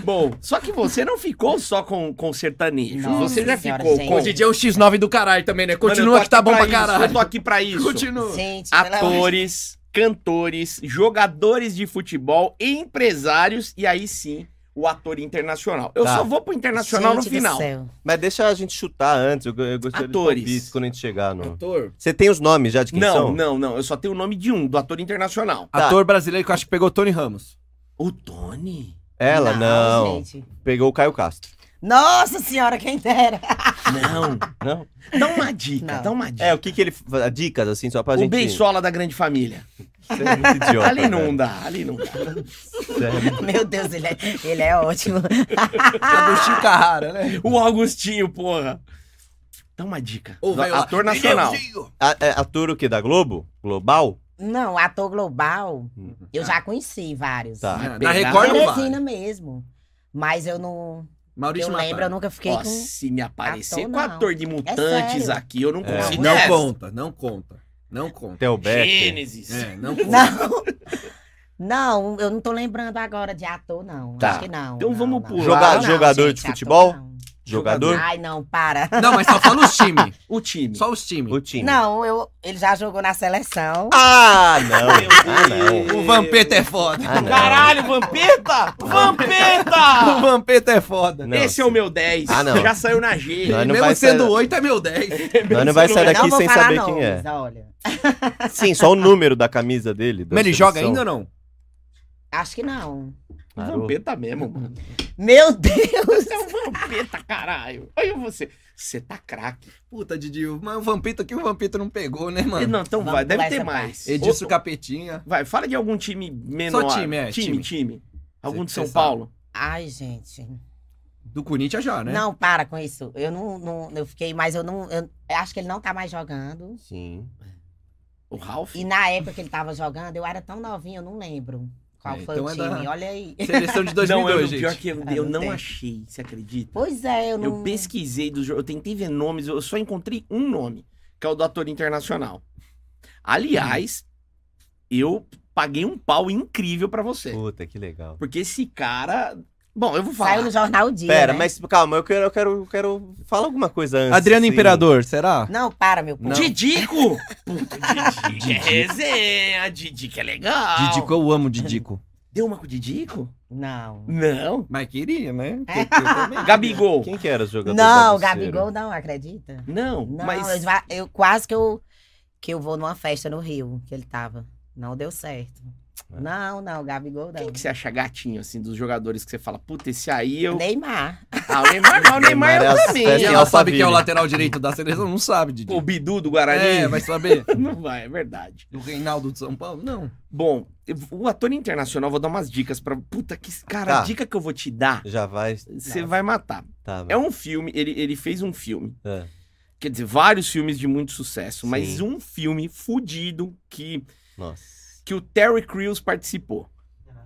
Bom, só que você não ficou só com, com sertanejo.
Nossa
você já
senhora,
ficou
gente.
com.
O
O DJ é o X9 do caralho também, né?
Mano, eu
Continua
tô
que tá
aqui
bom pra
isso, Eu tô
caralho.
aqui pra isso.
Continua.
Gente, pelo
Atores, cantores, jogadores de futebol, empresários e aí sim o ator internacional. Eu
Tá.
só vou pro internacional
Gente
no
do
final.
céu.
Mas deixa a gente chutar antes. Eu, eu gostaria
Atores.
de palpite quando a gente chegar. No...
Ator.
Você tem os nomes já de quem
Não,
são?
não, não. Eu só tenho o nome de um, do ator internacional.
Tá.
Ator brasileiro que eu acho que pegou Tony Ramos.
O Tony?
Ela não.
gente.
Pegou o Caio Castro.
Nossa senhora, quem dera.
Não.
Não?
dá uma dica,
Não.
dá uma dica.
É, o que que ele. fa- Dicas assim, só pra
o
gente.
Beisola da Grande Família.
Você é muito idiota.
Um ali não
velho.
dá, ali não dá.
Você é muito-
Meu Deus, ele é, ele é ótimo.
É do
Ah.
Chico Carrara, né?
O Augustinho, porra. Dá uma dica.
Ô, velho,
ator
lá.
nacional.
Deusinho.
A- é Ator o quê? Da Globo? Global?
Não, ator global,
Uhum.
eu já conheci vários.
Tá.
Vai
Ah, Na
pegar.
Record não vale.
Teresina mesmo. Mas eu não.
Maurício
eu lembro, eu
Matar.
nunca fiquei
Ó,
com.
se me aparecer
Ator,
com
não. É
ator de mutantes
sério.
aqui, eu não
É.
consigo.
Não
essa.
conta, não conta. Não conta.
Theo Becker.
Gênesis.
É, não conta.
Não! Não, eu não tô lembrando agora de ator, não.
Tá.
Acho que não.
Então
não,
vamos
não.
pular.
Joga-
Não,
jogador
gente,
de
ator,
futebol?
não.
Jogador?
Ai, não, para.
Não, mas só fala os times.
O time.
Só os times.
O time.
Não, eu, ele já jogou na seleção.
Ah, não. Ah, não.
O Vampeta é foda.
Ah, não.
Caralho, Vampeta!
O
Vampeta!
Vampeta é foda.
Não,
Esse é o meu 10.
Ah, não.
Já saiu na G.
Não, não
Mesmo
vai
sendo
sair-
8, é meu 10.
Nós não vai sair
Eu
daqui
não vou
sem
falar
saber
nomes,
quem é.
Olha,
Sim, só o número da camisa dele. da
Mas ele joga
seleção.
ainda ou não?
acho que não.
Parou.
Vampeta mesmo, mano.
Meu Deus!
Você é um vampeta, caralho. Olha você. Você tá craque.
Puta, Didi, mas o Vampeta que o Vampeta não pegou, né, mano?
Não, então
Vamos
vai. Deve
pular
ter
essa
mais.
Edilson
Outro-
Capetinha.
Vai, fala de algum time menor.
Só time, é,
Time, time. Algum de
Cê-
São
cê sabe.
Paulo.
Ai, gente.
Do Corinthians já, né?
Não, para com isso. Eu não, não- eu fiquei, mas eu não, eu eu acho que ele não tá mais jogando.
Sim.
O Ralf.
é
E na época que ele tava jogando, eu era tão novinha, eu não lembro qual
É,
foi
então
o
é
time.
da-
Olha aí.
Seleção de
não, eu,
2002,
não- pior
gente.
que eu,
Ah,
eu
não
não
tem.
achei, você acredita?
Pois é, eu não.
Eu pesquisei dos jo- eu tentei ver nomes, eu só encontrei um nome, que é o do ator internacional. Aliás, eu paguei um pau incrível pra você.
Puta, que legal.
Porque esse cara. Bom, eu vou falar.
Saiu no jornal o dia.
Pera,
né?
mas calma, eu quero, eu quero, eu quero falar alguma coisa antes.
Adriano
assim.
Imperador, será?
Não, para, meu povo.
Não.
Didico! Puta, Didico é resenha, Didico é legal.
Didico, eu amo Didico.
Deu uma com o Didico?
Não.
Não.
Mas queria, né? Porque eu também-
É. Gabigol.
Quem que era os jogadores?
Não, Gabigol não, acredita?
Não,
Não,
mas.
eu, va- eu- quase que eu, que eu vou numa festa no Rio, que ele tava. Não deu certo.
É.
Não, não, Gabigol não.
Quem que você acha gatinho, assim, dos jogadores que você fala, puta, esse aí eu.
Neymar.
Ah, o Neymar não, o Neymar
Neymar é
eu
as
também.
E
festas-
Ela-
ela sabe
Alphaville.
que é o lateral direito da seleção? Não sabe, Didi.
O Bidu do Guarani.
É, vai saber.
Não vai, é verdade.
O Reinaldo de São Paulo? Não.
Bom, eu- o ator internacional, vou dar umas dicas pra. Puta, que. Cara,
Tá.
a dica que eu vou te dar,
Já vai.
você vai matar.
Tá, vai.
É um filme, ele, ele fez um filme.
É.
Quer dizer, vários filmes de muito sucesso, mas
Sim.
um filme fudido que,
Nossa.
que o Terry Crews participou.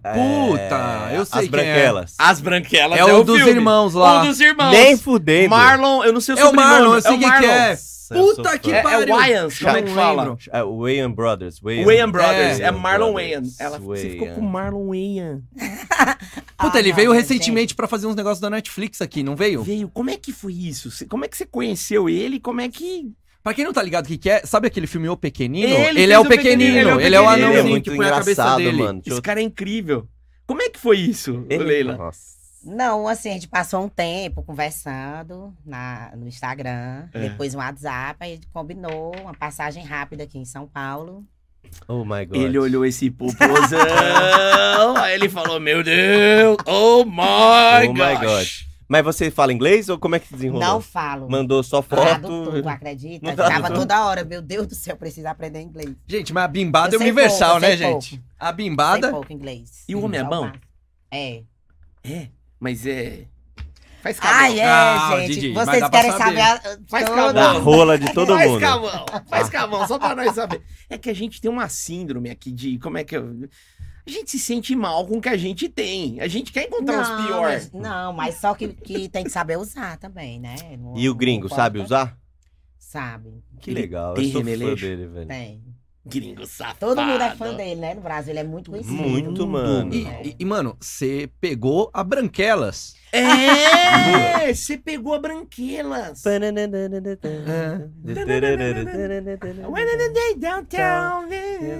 Puta,
É,
eu
As
sei quem é.
branquelas.
As Branquelas
É o dos
filme.
irmãos lá.
Um dos irmãos.
Nem fudendo.
Marlon, eu não sei o
É o
sobrenome.
Marlon, eu sei quem que é.
Nossa, eu
Puta
sou
que
fã.
É, é
pariu.
Wayans, como é que
Não
fala?
lembro.
É o Wayan Brothers. Wayan,
Wayan Brothers, é,
Wayan
Marlon
Brothers,
Wayan. Ela, Você ficou
Wayan.
com Marlon Wayan.
Puta,
Ah,
ele
não,
veio
mas,
recentemente pra fazer uns negócios da Netflix aqui, não veio?
Veio, como é que foi isso? Você- Como é que você conheceu ele? Como é que...
Pra quem não tá ligado o que, que é, sabe aquele filme O Pequenino?
Ele
Ele,
fez
é
o
o pequenino,
Pequenino,
ele é o
Pequenino.
Ele é
anãozinho
muito
que põe a cabeça
engraçado,
dele.
mano.
Esse cara é incrível. Como é que foi isso,
Ele-
Leila?
Nossa.
gente, Não, assim, a gente passou um tempo conversando na, no Instagram,
É.
depois no WhatsApp, aí a gente combinou uma passagem rápida aqui em São Paulo.
Oh my god.
Ele olhou esse popozão, aí ele falou, meu Deus, oh my,
Oh my
gosh.
Mas você fala inglês ou como é que se desenrolou?
Não Ah, falo.
Mandou só
Tradutor,
foto.
tu acredita?
Não
Ficava
tradutor.
toda hora, meu Deus do céu, eu preciso aprender inglês.
Gente, mas a bimbada é
Eu sei
universal,
pouco, eu
né,
sei
gente? A bimbada.
Sei pouco inglês.
E o homem é
Só
bom?
passo. É.
É, mas é... Faz cavão.
Ai, é,
Ah,
gente.
Didi, mas
Vocês
dá pra
querem
saber.
saber, a-
Faz
todo-
calor.
Da rola de todo
faz
mundo.
cavão, faz cavão, só pra nós saber. É que a gente tem uma síndrome aqui de, como é que eu... A gente se sente mal com o que a gente tem. A gente quer encontrar
não,
tá uns pior.
Mas, não, mas só que, que tem que saber usar também, né? Não-
E o
não
gringo,
pode-
sabe usar?
Sabe,
Que legal.
tem
Eu sou fã
remeleixo?
dele, velho.
tem.
Gringo safado.
Todo mundo é fã dele, né? No Brasil, ele é muito conhecido.
Muito, mano.
E, e- e, mano, você pegou a branquelas.
É, você pegou a branquelas.
É.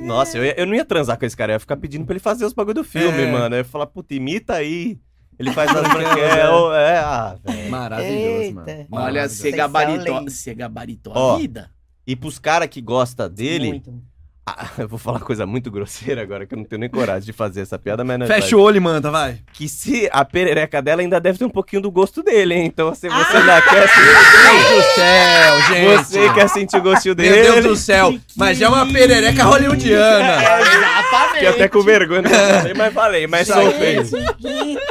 Nossa, eu, ia- eu não ia transar com esse cara, eu ia ficar pedindo pra ele fazer os bagulho do filme,
É.
mano. Eu ia falar, puta, imita aí. Ele faz as
Branquelas,
branquelas.
né?
É, ah, velho.
Maravilhoso,
Eita.
mano.
Olha,
Maravilhoso.
você
Vocês são
gabaritou,
lindos.
você gabaritou
Ó.
a vida.
E pros caras que gostam dele,
Muito.
ah, eu vou falar coisa muito grosseira agora, que eu não tenho nem coragem de fazer essa piada, mas não é
Fecha o olho e manda, vai.
Que se a perereca dela ainda deve ter um pouquinho do gosto dele, hein? Então se você ainda quer sentir,
Meu Deus do céu, gente.
você quer sentir o gostinho
Meu
dele.
Deus do céu. Mas é uma perereca hollywoodiana.
Exatamente.
Fiquei até com vergonha, não falei, mas falei, mas sou feliz.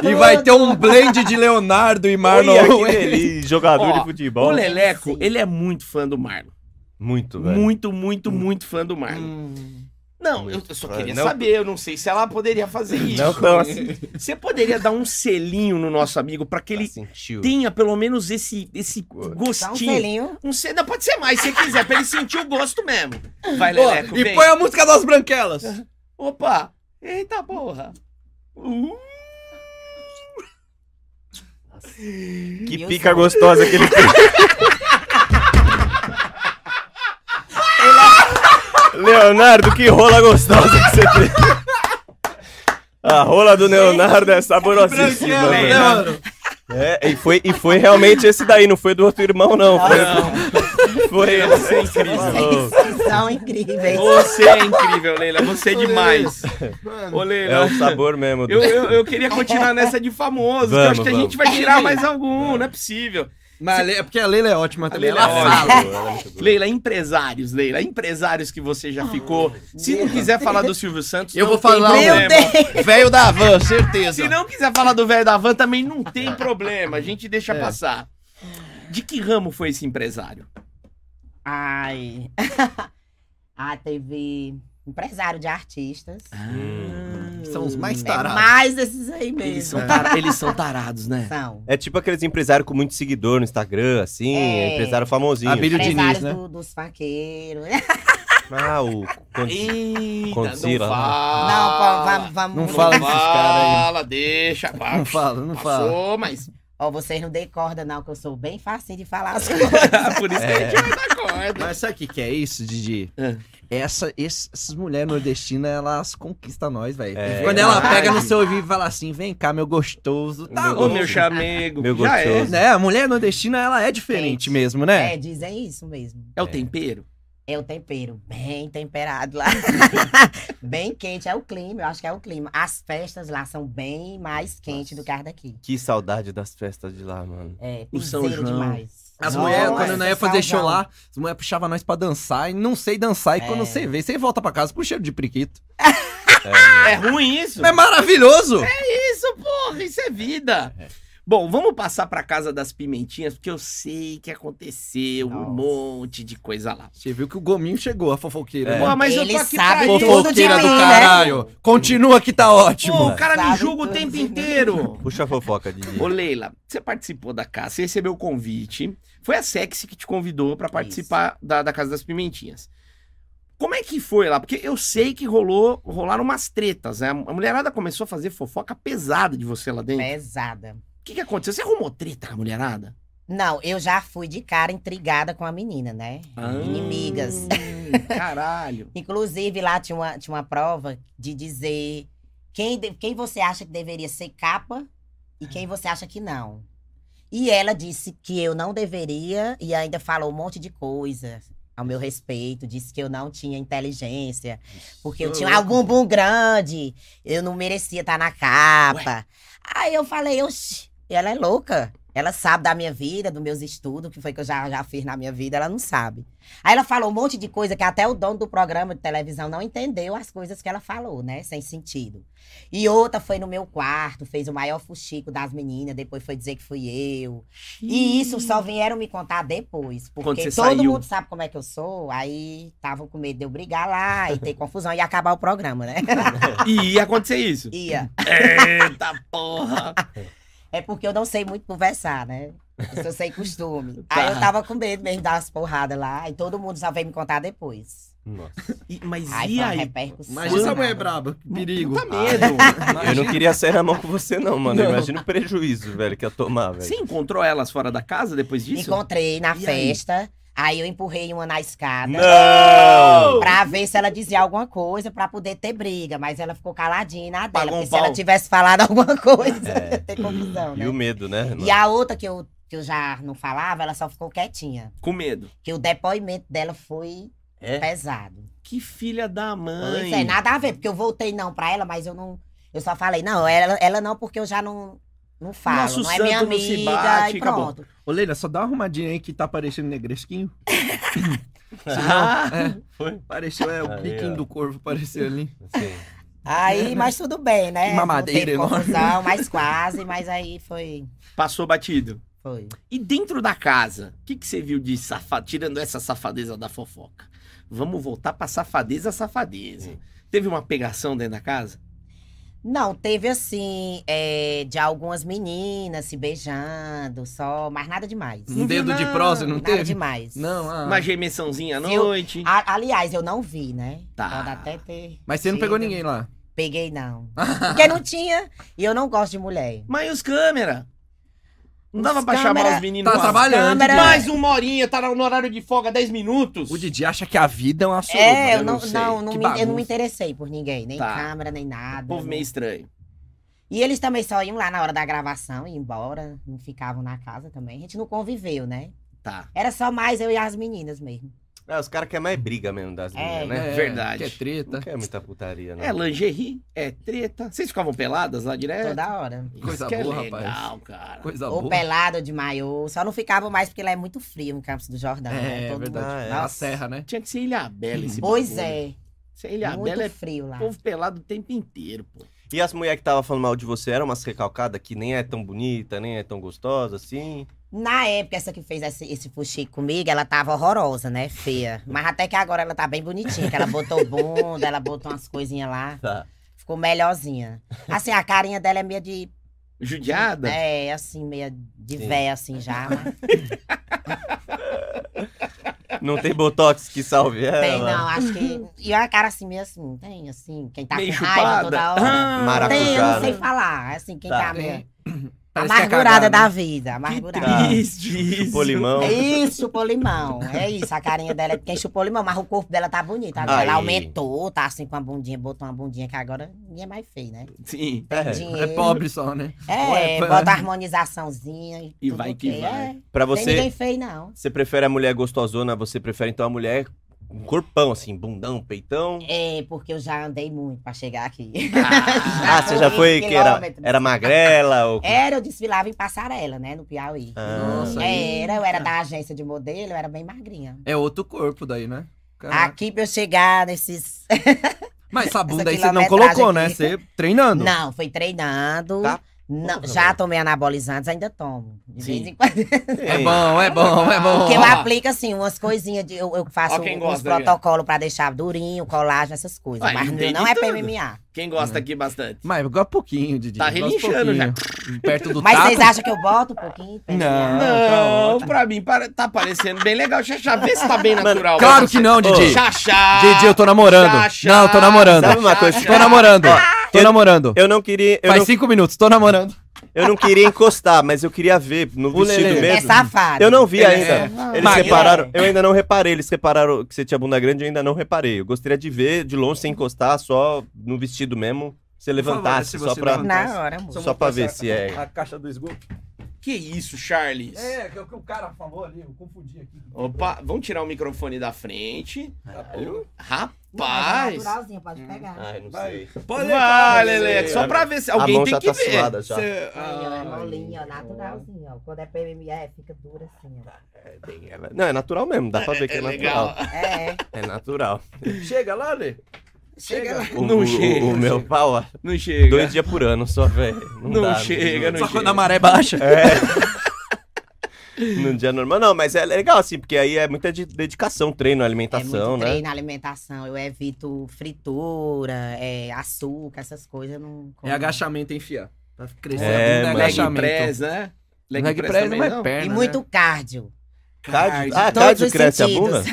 E vai ter um blend de Leonardo e Marlon
Olha que
Wayans.
delícia, jogador
Ó,
de futebol.
O Leleco,
Sim.
ele é muito fã do Marlon.
Muito, velho.
Muito, muito, muito fã do Marlon. Não, eu eu só
fã.
queria
Não-
saber, eu não sei se ela poderia fazer isso.
Não tão assim.
Você poderia dar um selinho no nosso amigo pra que ele
Tá sentiu.
tenha pelo menos esse, esse
Só um
gostinho.
selinho.
Um se- não pode ser mais, se quiser, pra ele sentir o gosto mesmo. Vai,
Ó,
Leleco,
e
vem.
põe a música das branquelas.
Opa! Eita porra! Uh,
Que
Eu
pica
sou.
gostosa que ele tem. Leonardo, que rola gostosa que você tem. A rola do Leonardo é saborosíssima,
Branquela,
velho.
né?
mano.
É, e foi, e foi realmente esse daí, não foi do outro irmão, não.
não.
Foi, foi
Você é incrível.
Falou.
Vocês são incríveis.
Você é incrível, Leila. Você é demais. Ô,
É
Leila.
o sabor mesmo. do-
Eu, eu, eu queria continuar nessa de famosos, que eu
Vamos,
acho que a
vamos.
gente vai tirar mais algum, não é possível.
Mas a Le- é porque a Leila é ótima também.
Leila
Ela
é
fala.
ótima.
Ela é muito boa.
Leila, empresários, Leila, empresários que você já ficou. Se não quiser falar do Silvio Santos,
Eu
não
vou
tem
falar
problema.
um. Velho da van, certeza.
Se não quiser falar do velho da van, também não tem problema. A gente deixa
É.
passar. De que ramo foi esse empresário?
Ai. ah, teve empresário de artistas.
Tá
Hum.
Ah. São os mais É.
É
tarados.
mais esses aí
Eles
mesmo.
são, tara- eles são tarados, né?
São.
É tipo aqueles empresários com muito seguidor no Instagram, assim,
É.
empresário famosinho.
Abílio Diniz,
Empresários
né?
do- dos faqueiros.
Ah, o.
Eita,
Condzilla.
não
Ah,
fala.
Não, vamos, vamos.
Não fala desses caras aí.
Fala, deixa.
Não fala, não fala.
Passou, mas
Ó, vocês não dei corda, não, que eu sou bem facinho de falar
É.
as
Por isso que a gente vai dar corda.
Mas sabe o que, que é isso, Didi?
É.
Essa, esse- essas mulheres nordestinas, elas conquistam nós, velho.
É.
Quando ela
Verdade.
pega no seu ouvido e fala assim, vem cá, meu gostoso, tá
Ô,
louco.
meu chamego.
Meu
já é.
gostoso.
Né? A mulher nordestina, ela é diferente
Gente,
mesmo, né?
É, dizem isso mesmo.
É o tempero?
É o tempero, bem temperado lá. bem quente, é o clima, eu acho que é o clima. As festas lá são bem mais quentes do que as daqui.
Que saudade das festas de lá, mano.
É,
O São
piseiro
João.
demais.
As
Nossa,
mulheres, quando nós ia fazer show
São João.
lá, as mulheres puxavam nós pra dançar e não sei dançar. E
É.
quando você vê, você volta pra casa com cheiro de priquito.
É ruim isso?
É maravilhoso!
Isso, porra, isso é vida. Bom, vamos passar pra casa das pimentinhas, porque eu sei que aconteceu
Nossa.
um monte de coisa lá.
Você viu que o gominho chegou, a fofoqueira.
É.
né?
Pô, mas
Ele
eu tô aqui
sabe
pra
tudo
isso.
de
Fofoqueira do
mim, né?
caralho! Continua que tá ótimo!
Pô, o cara me
Sabe
julga o
tudo
tempo
de mim.
inteiro.
Puxa a fofoca, Didi.
Ô Leila, você participou da casa, você recebeu o convite. Foi a Sexy que te convidou pra participar da, da Casa das Pimentinhas. Como é que foi lá? Porque eu sei que rolou, rolaram umas tretas, né? A mulherada começou a fazer fofoca pesada de você lá dentro.
Pesada.
O que, que aconteceu? Você arrumou treta com a mulherada?
Não, eu já fui de cara intrigada com a menina, né?
Ah.
Inimigas.
Hum, Caralho.
Inclusive, lá tinha uma, tinha uma prova de dizer quem, de- quem você acha que deveria ser capa e quem você acha que não. E ela disse que eu não deveria e ainda falou um monte de coisa ao meu respeito. Disse que eu não tinha inteligência, porque eu
Ô,
tinha um bumbum grande, eu não merecia estar na capa. Aí eu falei, oxi, ela é louca. Ela sabe da minha vida, dos meus estudos, o que foi que eu já, já fiz na minha vida, ela não sabe. Aí ela falou um monte de coisa que até o dono do programa de televisão não entendeu as coisas que ela falou, né? Sem sentido. E outra foi no meu quarto, fez o maior fuxico das meninas, depois foi dizer que fui eu. E isso só vieram me contar depois.
Quando
Porque
você
todo
saiu.
mundo sabe como é que eu sou, aí estavam com medo de eu brigar lá e ter confusão e acabar o programa, né?
E ia acontecer isso.
Ia.
Eita porra.
É porque eu não sei muito conversar, né? Isso eu sei costume.
Tá.
Aí eu tava com medo mesmo de dar umas porradas lá. E todo mundo só veio me contar depois.
Nossa.
E- mas
Aí
e
foi uma
aí?
repercussão.
Imagina essa
danada.
é mulher braba, que perigo.
Puta
Ah,
medo.
é.
Eu não queria sair na mão com você, não, mano.
Não.
Imagina o prejuízo, velho, que ia tomar, velho.
Você encontrou elas fora da casa depois
Me
disso?
Encontrei na
E aí?
festa. Aí? eu empurrei uma na escada.
Não!
Pra ver se ela dizia alguma coisa pra poder ter briga. Mas ela ficou caladinha na dela.
Pagou um
porque se ela
pau.
tivesse falado alguma coisa,
É.
ia ter confusão,
E o
né?
medo, né? mano?
E a outra que eu, que eu já não falava, ela só ficou quietinha.
Com medo.
Que o depoimento dela foi
É?
pesado.
Que filha da mãe.
Pois é, nada a ver, porque eu voltei não pra ela, mas eu não. Eu só falei, não, ela, ela não, porque eu já não, não falo.
Nosso
não é minha
santo não se
amiga
bate,
e
acabou.
pronto.
Ô, Leila, só dá uma arrumadinha aí que tá parecendo negresquinho.
Ah,
É,
Foi?
pareceu, é, o
Aí,
biquinho
ó.
do corvo apareceu ali.
Sim.
Aí, mas tudo bem, né?
Que mamadeira,
não
não.
teve confusão, mas quase, mas aí foi.
passou batido.
Foi.
E dentro da casa, o que, que você viu de safa... tirando essa safadeza da fofoca? Vamos voltar pra safadeza, safadeza. Teve uma pegação dentro da casa?
Não, teve assim, é, de algumas meninas se beijando, só, mas nada demais.
Um dedo de
não,
prosa, não
nada
teve?
demais.
Não, ah.
Uma gemessãozinha à
Eu- Ah.
noite?
A- aliás, eu não vi, né?
Tá.
Pode até ter.
Mas você não
tido.
pegou ninguém lá.
Peguei, não. Porque não tinha. E eu não gosto de mulher.
Mas e os câmera? Não
Os
dava pra
câmera-
chamar os meninos
Tá
lá?
trabalhando.
câmera-
Didi.
Mais uma horinha, tá no horário de folga, 10 minutos.
O Didi acha que a vida é uma suruba.
É, eu
eu
não,
sei.
não, não
Que
me, eu não me
bagunça.
interessei por ninguém, nem
Tá.
câmera, nem nada.
Povo meio
não.
estranho.
E eles também só iam lá na hora da gravação, iam embora, não ficavam na casa também. A gente não conviveu, né?
Tá.
Era só mais eu e as meninas mesmo.
Ah, os caras querem mais briga mesmo das
É,
meninas, né?
é. Verdade.
Que é treta.
Não quer muita putaria, né?
É lingerie, é treta. Vocês ficavam peladas lá direto?
Toda hora.
Isso
Coisa
que é
boa,
legal,
rapaz.
cara.
Coisa
Ou
boa.
pelado ou de maiô. Só não ficava mais porque lá é muito frio no Campos do Jordão. né?
É,
Todo mundo-
Ah,
verdade. né?
é.
Na
Nossa.
serra, né?
Tinha que ser Ilhabela esse
Pois
bagulho.
é,
Se é Ilhabela
muito
é
frio lá.
povo pelado o tempo inteiro, pô.
E as mulheres que estavam falando mal de você eram umas recalcadas que nem é tão bonita, nem é tão gostosa, assim?
Na época, essa que fez esse, esse fuxico comigo, ela tava horrorosa, né? Feia. Mas até que agora ela tá bem bonitinha, que ela botou bunda, ela botou umas coisinhas lá.
Tá.
Ficou melhorzinha. Assim, a carinha dela é meio de.
Judiada?
É, assim, meio de
Sim.
véia, assim já. mas
Não tem botox que salve ela?
Tem, não, acho que. E é uma cara assim, meio assim, tem, assim. Quem tá
Meio
com raiva
chupada?
toda hora.
Ah,
Maracujá,
Tem, eu não
né?
sei falar. Assim, quem
Tá.
tá, meio.
Parece que é
amargurada
cagada.
da vida,
é
Tá.
amargurada.
Triste isso.
Chupou limão.
É isso, chupou limão. É isso, a carinha dela é de quem chupou limão, mas o corpo dela tá bonito. Agora ela
Aí.
aumentou, tá assim com a bundinha, botou uma bundinha que agora ninguém mais feio, né?
Sim.
É.
É
Dinheiro.
pobre só, né?
É,
Ué,
bota a harmonizaçãozinha e,
E
tudo
vai que
ok.
vai.
É,
Pra
Tem ninguém
você,
feio, não.
você prefere a mulher gostosona, você prefere então a mulher um corpão, assim, bundão, peitão.
É, porque eu já andei muito pra chegar aqui.
Ah,
Ah, você já
corri
foi que era,
quilômetros. É
era magrela ou...
Era, eu desfilava em passarela, né, no Piauí.
Ah,
Nossa, aí-
Era, eu era da agência de modelo, eu era bem magrinha.
É outro corpo daí, né? Caraca.
Aqui pra eu chegar nesses.
Mas essa bunda aí
Ah, essa
você não
quilometragem
colocou, né?
aqui.
Você treinando.
Não, foi treinando.
Tá.
Não,
Porra,
já
velho.
tomei anabolizantes, ainda tomo. De
Sim.
vez em quando.
É bom, é bom, é bom.
Porque eu
Ah.
aplico, assim, umas coisinhas. de- eu, eu faço
Ó quem
uns
gosta, né?
protocolos pra deixar durinho, colágeno, essas coisas.
Ah,
mas
entendi
não é
tudo.
PMMA.
Quem gosta
É.
aqui bastante.
Mas igual pouquinho, Didi.
Tá
igual
relinchando já.
pouquinho. Perto do
Mas
taco.
vocês acham que eu boto um pouquinho? PMMA?
tá Não.
Não,
tá
pra mim pare- tá parecendo bem legal. Xaxá, vê se tá bem natural.
Claro que não, Didi.
Xaxá.
Didi, eu tô namorando.
Xaxá.
Não, eu tô namorando.
Sabe uma coisa?
Tô namorando. Tô
Eu-
namorando.
Eu não queria... Eu
Faz
não,
cinco minutos, tô namorando.
eu não queria encostar, mas eu queria ver no
O
vestido
Lelê.
É
mesmo.
safado.
Eu não vi
Ele
ainda.
é-
Eles
Magno.
separaram. Eu ainda não reparei. Eles separaram que você tinha bunda grande, eu ainda não reparei. Eu gostaria de ver de longe sem encostar, só no vestido mesmo. Você
favor,
levantasse
se
só
você
pra.
levantar.
Na hora, amor.
Só pra ver se é.
A caixa do esgoto.
Que isso, Charles?
que é o que o cara falou ali, eu confundi aqui.
Opa, vamos tirar o microfone da frente.
Ah,
Caralho.
Não, mas é
Rapaz.
naturalzinho, pode pegar.
Ai, não
Vai.
Pode levar,
levar,
Leleco.
Lele.
Só pra ver se
A
alguém
mão
tem
já
que
tá
ver.
suada já.
Cê-
Aí, ó, é
Ai,
molinha, ó, naturalzinho, ó. Quando é PMMA, fica dura assim, ó.
Não, é natural mesmo. Dá pra ver que é,
é
natural.
legal.
É,
É natural.
Chega lá, Lê.
chega lá.
O,
Não
o-
chega,
o
não
meu
chega.
pau, ó,
Não chega.
dois dias por ano só, velho. Não,
Não
dá,
chega,
não,
não
Só quando a
jeito.
maré baixa.
É. Num dia normal. Não, mas é legal assim, porque aí é muita de- dedicação, treino,
é
alimentação,
muito
né?
treino, alimentação. Eu evito fritura, é, açúcar, essas coisas. eu Não como.
É agachamento, enfiar. Pra crescer
É,
a bunda,
mano.
é
Né? Leg
agachamento.
press, né?
Leg, press,
também
não é perna,
E
né?
muito cardio.
Cardio.
Cardio.
tá.
Ah,
Todos
cardio
os
cresce
sentidos.
a bunda?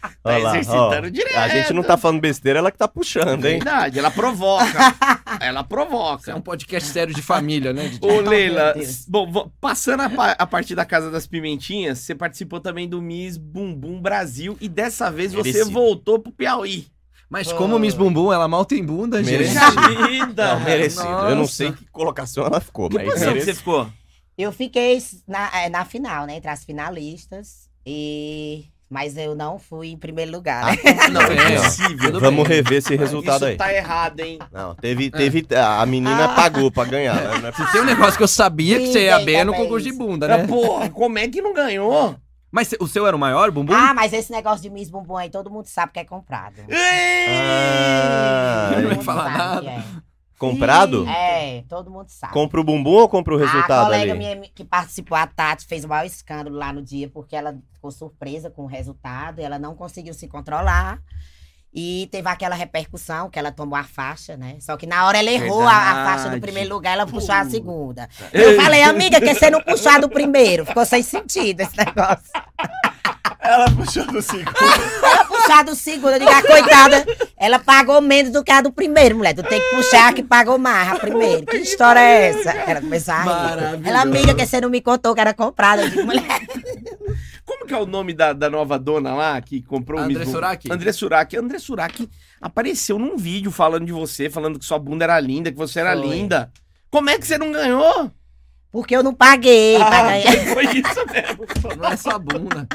tá
Olha lá, ó.
exercitando direto.
A gente não tá falando besteira, ela que tá puxando, hein?
Verdade, ela provoca. ela
Isso é um
provoca.
podcast sério de família, né? Didi?
Ô, Leila,
Meu Deus.
bom, vo- passando a, pa- a partir da Casa das Pimentinhas, você participou também do Miss Bumbum Brasil e dessa vez você
Merecido.
voltou pro Piauí.
Mas como Miss Bumbum, ela mal tem bunda, gente.
Merecido.
Poxa vida!
Não, merecido. Eu não
Nossa.
sei que colocação ela ficou,
Ah, assim Que
mas
posição que você
merecido.
ficou?
Eu fiquei na, eh, na final, né? Entre as finalistas. E... Mas eu não fui em primeiro lugar.
Ah,
né?
Não, é
bem, ó.
possível.
Tudo
Vamos
bem.
rever esse resultado
Isso
aí. Né?
tá errado, hein?
Não, teve, teve. ah, A menina pagou pra ganhar. né? Não é
Se tem um negócio que eu sabia que você ia
Ninguém
bem é no
também.
concurso de bunda, né?
Porra, como é que não ganhou?
Mas se- o seu era o maior, bumbum?
Ah, mas esse negócio de Miss Bumbum aí, todo mundo sabe que é comprado.
Ah,
Todo
vai
mundo
falar
sabe
comprado?
que É. é, todo mundo sabe.
Compra o bumbum ou compra o
a
resultado
Ah, colega
ali?
minha que participou, a Tati, fez o maior escândalo lá no dia, porque ela ficou surpresa com o resultado, ela não conseguiu se controlar. E teve aquela repercussão que ela tomou a faixa, né? Só que na hora ela errou a, a faixa do
Verdade.
primeiro lugar, ela puxou a segunda.
Ei.
Eu falei, amiga, que você não puxou a do primeiro. Ficou sem sentido esse negócio.
Ela puxou do cinco.
Ela puxou a do segundo, eu digo, ah, coitada, ela pagou menos do que a do primeiro, mulher. Tu tem que puxar a que pagou mais, a primeiro. Que história é essa? Ela começou a rir.
Maravilhoso.
Ela, amiga, que você não me contou que era comprada. Eu digo, mulher.
Como que é o nome da, da nova dona lá que comprou o
André
Miss Bumbum?
Suraki?
André Suraki. André Suraki apareceu num vídeo falando de você, falando que sua bunda era linda, que você era
Foi.
linda. Como é que você não ganhou? Ah,
Porque eu não paguei pra
Ah,
ganhar.
Foi isso mesmo.
Não é sua bunda.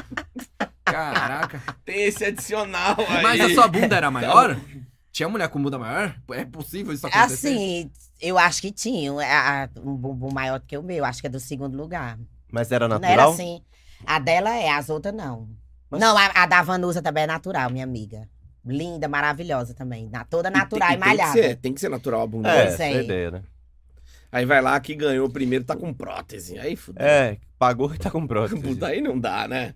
Caraca.
Tem esse adicional aí.
Mas a sua bunda era maior? Tinha mulher com bunda maior? É possível isso acontecer?
Assim, eu acho que tinha a- a- um bumbum maior do que o meu, acho que é do segundo lugar.
Mas era
Não era
natural? É,
assim. A dela é, as outras não. Não, a, a da Vanusa também é natural, minha amiga. Linda, maravilhosa também. Na, toda É natural e,
tem, tem que
malhada.
ser, tem que ser natural a bunda.
É,
Pois
essa
é.
é a ideia, né?
Aí vai lá, que ganhou primeiro, tá com prótese. Aí fudeu.
É, pagou e tá com prótese.
Puta, aí não dá, né?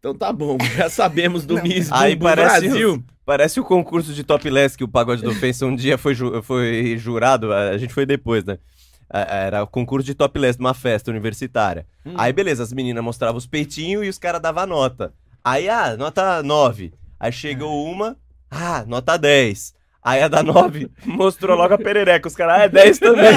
Então tá bom, já sabemos do Miss
Aí
Bumbum
parece
Brasil.
Parece o concurso de topless que o Pagode do Ofensa um dia foi, ju- foi jurado, a a gente foi depois, né? A- Era o concurso de topless numa festa universitária. Aí, beleza, as meninas mostravam os peitinhos e os caras davam É. nota. Aí, ah, nota 9. Aí chegou uma, ah, nota 10. Aí a da 9 mostrou logo a perereca. Os caras, ah, é 10 também.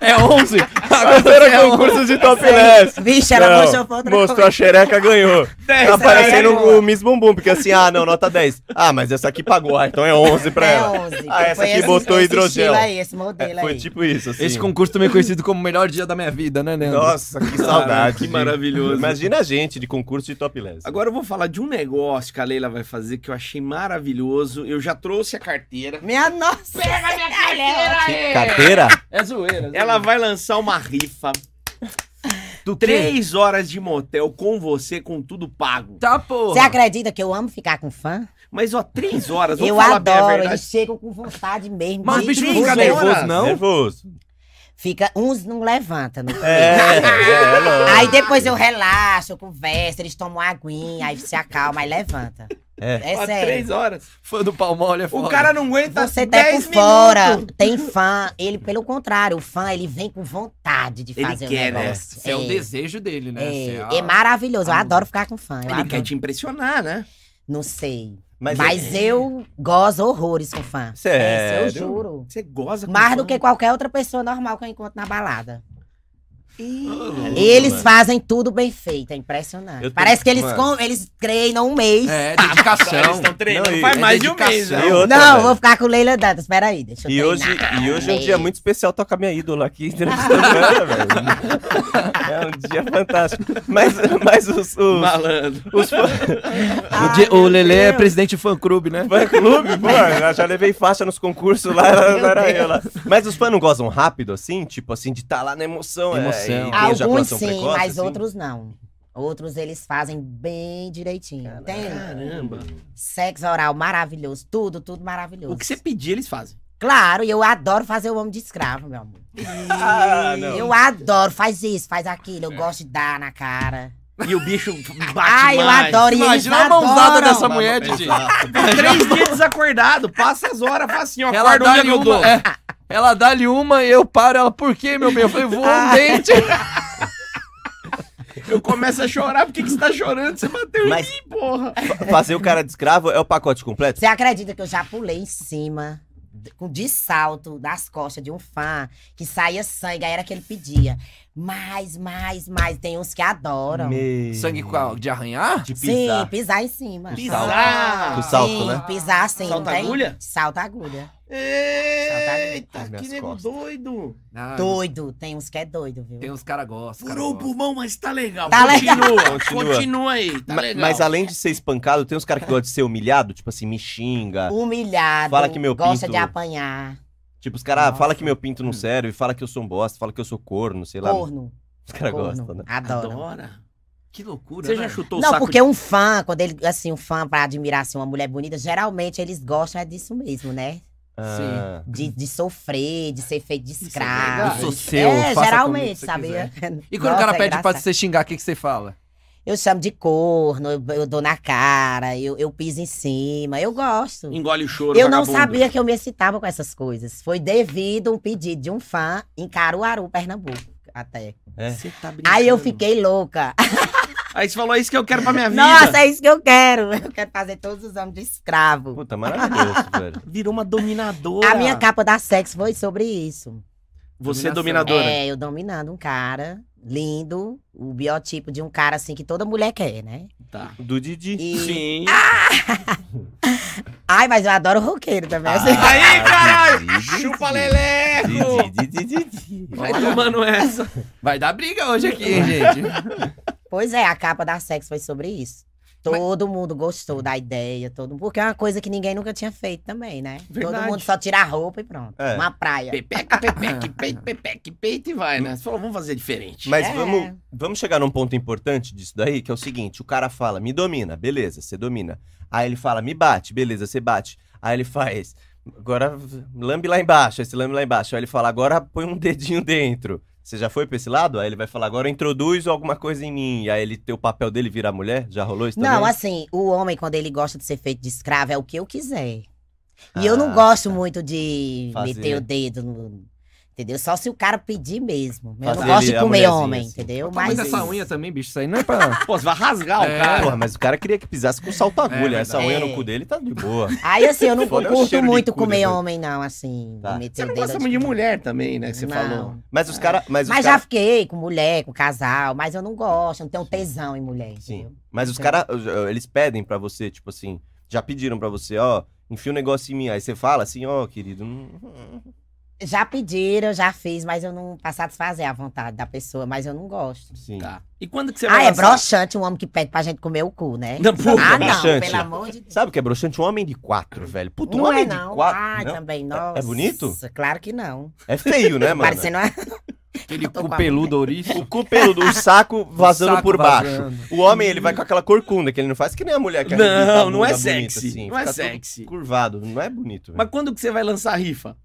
É 11.
Agora é concurso de top 10.
Vixe, ela
Não,
mostrou pra outra
Mostrou a né?
coisa.
xereca, ganhou. Tá
Essa
parecendo
aí é boa.
o Miss Bumbum, porque assim, ah, não, nota 10. Ah, mas essa aqui pagou, ah, então é 11 pra
É
ela.
11.
Ah, essa
Foi
aqui
esse-
botou
esse
hidrogel.
estilo Aí, esse modelo
É, foi
aí.
tipo isso, assim.
Esse concurso também é conhecido como o melhor dia da minha vida, né, Leandro?
Nossa, que
Cara,
saudade.
Que
de-
maravilhoso.
Imagina a gente de concurso de top less.
Agora eu vou falar de um negócio que a Leila vai fazer que eu achei maravilhoso. Eu já trouxe a carteira.
Minha nossa. é Pega minha carteira.
Carteira?
É zoeira.
Ela vai lançar uma rifa.
do
Três horas de motel com você, com tudo pago.
Tá, porra.
Você acredita que eu amo ficar com fã?
Mas, ó, três horas. vamos
Eu
falar bem a
adoro,
verdade.
eles chegam com vontade mesmo.
Mas o
de
bicho não
tudo.
fica
Três
nervoso,
horas.
não?
Nervoso.
Fica, uns não levantam. no
É,
começo.
é, lógico.
Aí depois eu relaxo, eu converso, eles tomam uma aguinha, aí se acalma, aí levanta.
É.
É,
Ó,
sério.
três horas.
Fã do Palmole é
O
foda.
cara não aguenta
Você tá por
dez
fora,
minutos.
tem fã. Ele, pelo contrário, o fã, ele vem com vontade de
Ele
fazer
quer,
o
né?
negócio.
Esse é, o desejo dele, né? Esse
É,
a-
é maravilhoso, eu
Ah,
adoro ficar com fã. eu
Ele
adoro.
quer te impressionar, né?
Não sei.
Mas
Mas,
é-
eu gozo horrores com fã.
Sério?
É, eu juro.
Você
Tá
goza com
Mais
fã.
do que qualquer outra pessoa normal que eu encontro na balada.
Ih,
Eles
Ah, mano.
fazem tudo bem feito, é impressionante.
Eu tô-
Parece que eles,
mano.
com- eles treinam um mês.
É,
Eles
dedicação.
estão treinando
Não, e-
faz
é
mais de um mês, né?
dedicação.
outra,
Não,
velho.
vou ficar com Leila Dantas, peraí, deixa eu
E hoje,
treinar.
e hoje é um dia muito especial tocar minha ídola aqui entrevistando ela, velho. É um dia fantástico. Mas, mas os, os,
Malandro.
os fã-
Ah,
O, Di- o Lelê é presidente do fã-clube, né?
fã-clube, pô, eu já levei faixa nos concursos lá, era,
Meu
era
Deus.
eu lá. Mas os fãs não gozam rápido, assim? Tipo assim, de estar lá na emoção.
Emoção.
É, e ter
Alguns
ejaculação
sim,
precoce,
mas
assim?
outros não. Outros eles fazem bem direitinho. Tem
Caramba.
sexo oral maravilhoso, tudo, tudo maravilhoso.
O que você pedir, eles fazem.
Claro, e eu adoro fazer o homem de escravo, meu amor.
Ah, não.
Eu adoro, faz isso, faz aquilo, eu gosto de dar na cara.
E o bicho bate
Ai, eu
mais.
adoro, e eles
Imagina a mãozada
adoram.
dessa mulher, Didi.
Três dias desacordado, passa as horas, faz assim, ó,
Ela
acorda onde é
dá-lhe
que eu dou.
uma, é, ela dá-lhe uma e eu paro. Ela, por quê, meu bem? Eu falei, voou um dente.
Eu começo a chorar, por que, que você tá chorando? Você bateu
Mas-
em mim, porra.
Fa- Fazer o cara de escravo é o pacote completo?
Você acredita que eu já pulei em cima, de- com- de salto, das costas de um fã, que saía sangue, aí era que ele pedia. Mais, mais, mais. Tem uns que adoram.
Meu.
Sangue qual? De arranhar?
De
é Sim,
pisar.
pisar em cima. Ah,
Pisar.
Do salto,
sim,
né?
pisar sim.
Salta
tem-
agulha?
Salta agulha.
Eita,
Ai, minhas
que nego
costas.
doido.
Ah,
Doido, tem uns que é doido, viu?
um-
Tem uns caras gostam. cara
Furou o
gosta.
pulmão, mas tá legal.
Tá legal.
continua,
Continua.
continua, aí, tá
Ma-
legal.
Mas além de ser espancado, tem uns caras que gostam de ser humilhado, tipo assim, me xinga.
Humilhado.
Fala que meu
Gosta
pinto-
de apanhar.
Tipo, os caras
Nossa.
falam que meu pinto não serve, fala que eu sou um bosta, fala que eu sou corno, sei lá.
Corno.
Os caras
corno.
gostam, né?
Adoro.
Adora.
Que loucura,
Você já
né?
chutou o
Não,
saco
porque um fã, quando ele, assim, um fã pra admirar assim, uma mulher bonita, geralmente eles gostam é disso mesmo, né?
Ah,
De, de sofrer, de ser feito de
é
escravo.
verdade. Eu sou seu,
é,
faça
geralmente,
comigo o que você
sabia?
E quando
Nossa,
o cara
é
pede pra
engraçado.
você xingar, o que, que você fala?
Eu chamo de corno, eu, eu dou na cara, eu, eu piso em cima, eu gosto.
Engole o choro,
Eu não
vagabundo.
sabia que eu me excitava com essas coisas. Foi devido a um pedido de um fã em Caruaru, Pernambuco, até.
é.
Você tá brincando.
Aí eu fiquei louca.
Aí você falou, é isso que eu quero pra minha vida.
Nossa, é isso que eu quero. Eu quero fazer todos os homens de escravo.
Puta, maravilhoso, velho.
Virou uma dominadora.
A minha capa da sexo foi sobre isso.
Você é
Dominação.
dominadora.
É, eu dominando um cara lindo, o biotipo de um cara assim que toda mulher quer, né?
Tá.
Do Didi.
E-
Sim.
Ai, mas eu adoro roqueiro também. assim.
Ah.
Aí, caralho!
Didi,
Chupa
Didi.
Leleco!
Didi, Didi, Didi.
Vai tomando essa.
Vai dar briga hoje aqui, hein, gente?
Pois é, a capa da sexo foi sobre isso. Todo mundo gostou da ideia, todo mundo. Porque é uma coisa que ninguém nunca tinha feito também, né?
Verdade.
Todo mundo só tira a roupa e pronto.
É.
Uma praia.
Pepeca, pepeca, peito, pepeca, peito e vai, né? Você falou, vamos fazer diferente.
Mas
É.
vamos, vamos chegar num ponto importante disso daí, que é o seguinte: o cara fala, me domina, beleza, você domina. Aí ele fala, me bate, beleza, você bate. Aí ele faz, agora lambe lá embaixo, aí você lambe lá embaixo. Aí ele fala, agora põe um dedinho dentro. Você já foi pra esse lado? Aí ele vai falar, agora introduz alguma coisa em mim. E aí ele tem o papel dele virar mulher? Já rolou isso também?
Não, assim, o homem, quando ele gosta de ser feito de escravo, é o que eu quiser. E eu
Ah,
não gosto muito de
Fazer.
meter o dedo no. Entendeu? Só se o cara pedir mesmo. Eu não
Fazer
gosto
ele-
de
a
comer
mulherzinha,
homem,
assim.
entendeu?
Mas
Mas.
essa unha também, bicho, isso aí não é pra.
Pô, você vai rasgar
É.
o cara.
Porra, mas o cara queria que pisasse com salta-agulha.
É
Essa
verdade.
unha
É.
no cu dele tá de boa.
Aí assim, eu não
Fora
é
o
curto
cheiro de
muito
cu
comer
depois.
homem, não, assim.
Tá.
de meter
Você
o
não
dedo
gosta
onde
muito de
comer.
mulher também, né? Que você
Não.
falou.
Mas os caras. Mas, os
Mas já
cara,
fiquei com mulher, com casal, mas eu não gosto, eu não tenho tesão em mulher,
Sim.
entendeu?
mas os caras. Eles pedem pra você, tipo assim. Já pediram pra você, ó. Enfia um negócio em mim. Aí você fala assim, ó, querido. não-
Já pediram, já fiz, mas eu não. pra satisfazer a vontade da pessoa, mas eu não gosto.
Sim.
Tá. E quando que você vai
Ah, é
lançar?
broxante um homem que pede pra gente comer o cu, né?
Não, porra,
ah, não,
broxante.
pelo amor de Deus.
Sabe o que é broxante? Um homem de quatro, velho. Puta, um
não
homem
é,
de
não.
quatro.
ah,
não? É,
também, nossa.
bonito?
Claro que não.
É feio, né, mano?
Parecendo uma...
Aquele
Tô
cu
com a-
peludo ouriço.
O cu peludo, o saco vazando
saco
por baixo.
vazando.
O homem, ele vai com aquela corcunda, que ele não faz que nem a mulher que arrebenta a
Não, não
bunda
é
bonita,
sexy.
assim,
não é
fica todo
sexy.
Curvado, não é bonito.
Mas quando que você vai lançar a rifa?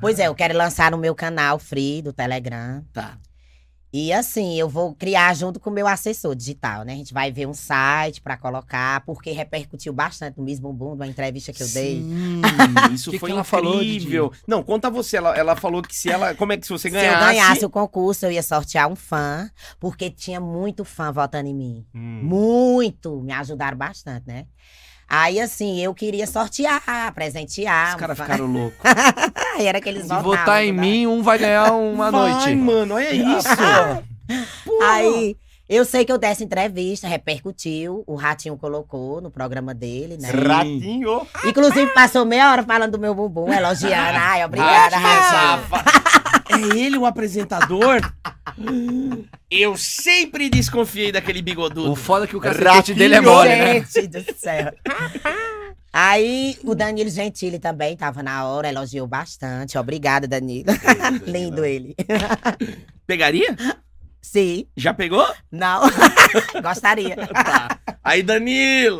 Pois é, eu quero lançar no meu canal free do Telegram.
Tá.
E assim, eu vou criar junto com o meu assessor digital, né? A gente vai ver um site pra colocar, porque repercutiu bastante no Miss Bumbum, numa entrevista É que eu dei.
Sim, isso
Que que
foi
ela falou,
incrível. não, conta você. Ela, ela falou que se ela. Como é que se você ganhasse.
Se eu ganhasse o concurso, eu ia sortear um fã, porque tinha muito fã votando em mim.
Hum.
Muito! Me ajudaram bastante, né? Aí, assim, eu queria sortear, presentear.
Os
um
caras
fã.
ficaram loucos.
Era aqueles
Se votar
né?
em mim, um vai ganhar uma
Vai,
noite.
mano, olha isso.
Aí, eu sei que eu desse entrevista, repercutiu, o Ratinho colocou no programa dele, né?
Sim.
Ratinho.
Inclusive, passou meia hora falando do meu bumbum, elogiando. Ai, obrigada, Ratinho.
É ele o apresentador? Eu sempre desconfiei daquele bigodudo.
O foda é que o cacete dele é
Ratinho,
mole, né?
Gente do céu. Aí, o Danilo Gentili também tava na hora, elogiou bastante. Obrigada, Danilo. Lindo ele.
Pegaria?
Sim,
Já pegou?
não. Gostaria.
Tá. Aí, Danilo.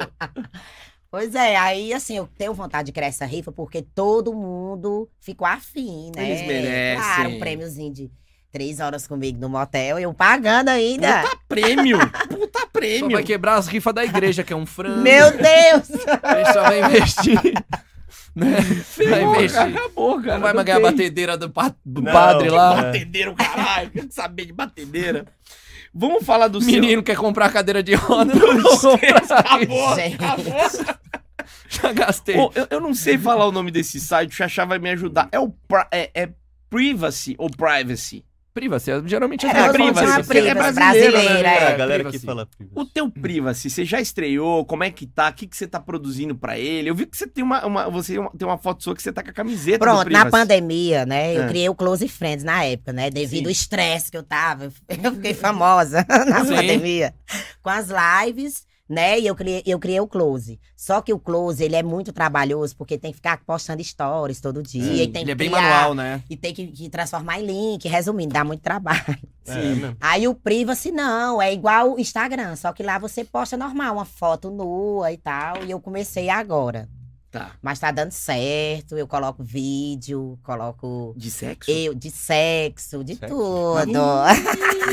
Pois é, aí assim, eu tenho vontade de criar essa rifa porque todo mundo ficou afim, né?
Eles merecem.
Claro, um prêmiozinho de três horas comigo no motel, eu pagando ainda.
Puta prêmio. Puta
Só
prêmio.
vai quebrar as rifas da igreja, que é um frango.
Meu Deus!
Ele só vai investir. né? Vai
Acabou,
investir.
Acabou, cara.
Não vai mais ganhar a batedeira do, pa- do
Não.
padre lá.
Batedeira, caralho. Quero saber de batedeira. Vamos falar do
O menino é quer comprar a cadeira de roda. Não
seu...
compra.
Acabou,
Gente.
acabou.
Já gastei.
Ô, eu, eu não sei falar o nome desse site, o Xaxá vai me ajudar. É o pri- é, é Privacy ou Privacy?
Privacy, geralmente as
Era
pessoas falam
privacy,
assim,
uma
porque ele é
priva
brasileiro, né?
brasileira.
É, a
é.
galera que
privacy.
fala.
O teu Privacy, você já estreou? Como é que tá? O que, que você tá produzindo pra ele? Eu vi que você tem uma, uma- você tem uma foto sua que você tá com a camiseta do
Pronto, na
Privacy.
pandemia, né? Eu
É.
criei o Close Friends na época, né? Devido
Sim.
ao estresse que eu tava, eu fiquei famosa na
Sim.
pandemia. Com as lives, né? E eu criei, eu criei o Close. Só que o Close, ele é muito trabalhoso, porque tem que ficar postando stories todo dia. E tem
Ele
que
é bem
criar,
manual, né?
E tem que, que transformar em link, resumindo, dá muito trabalho.
Sim.
Aí o Privacy não, é igual o Instagram, só que lá você posta normal, uma foto nua e tal. E eu comecei agora.
Tá.
Mas tá dando certo, eu coloco vídeo, coloco
De sexo?
eu de sexo, de
Sexo?
tudo.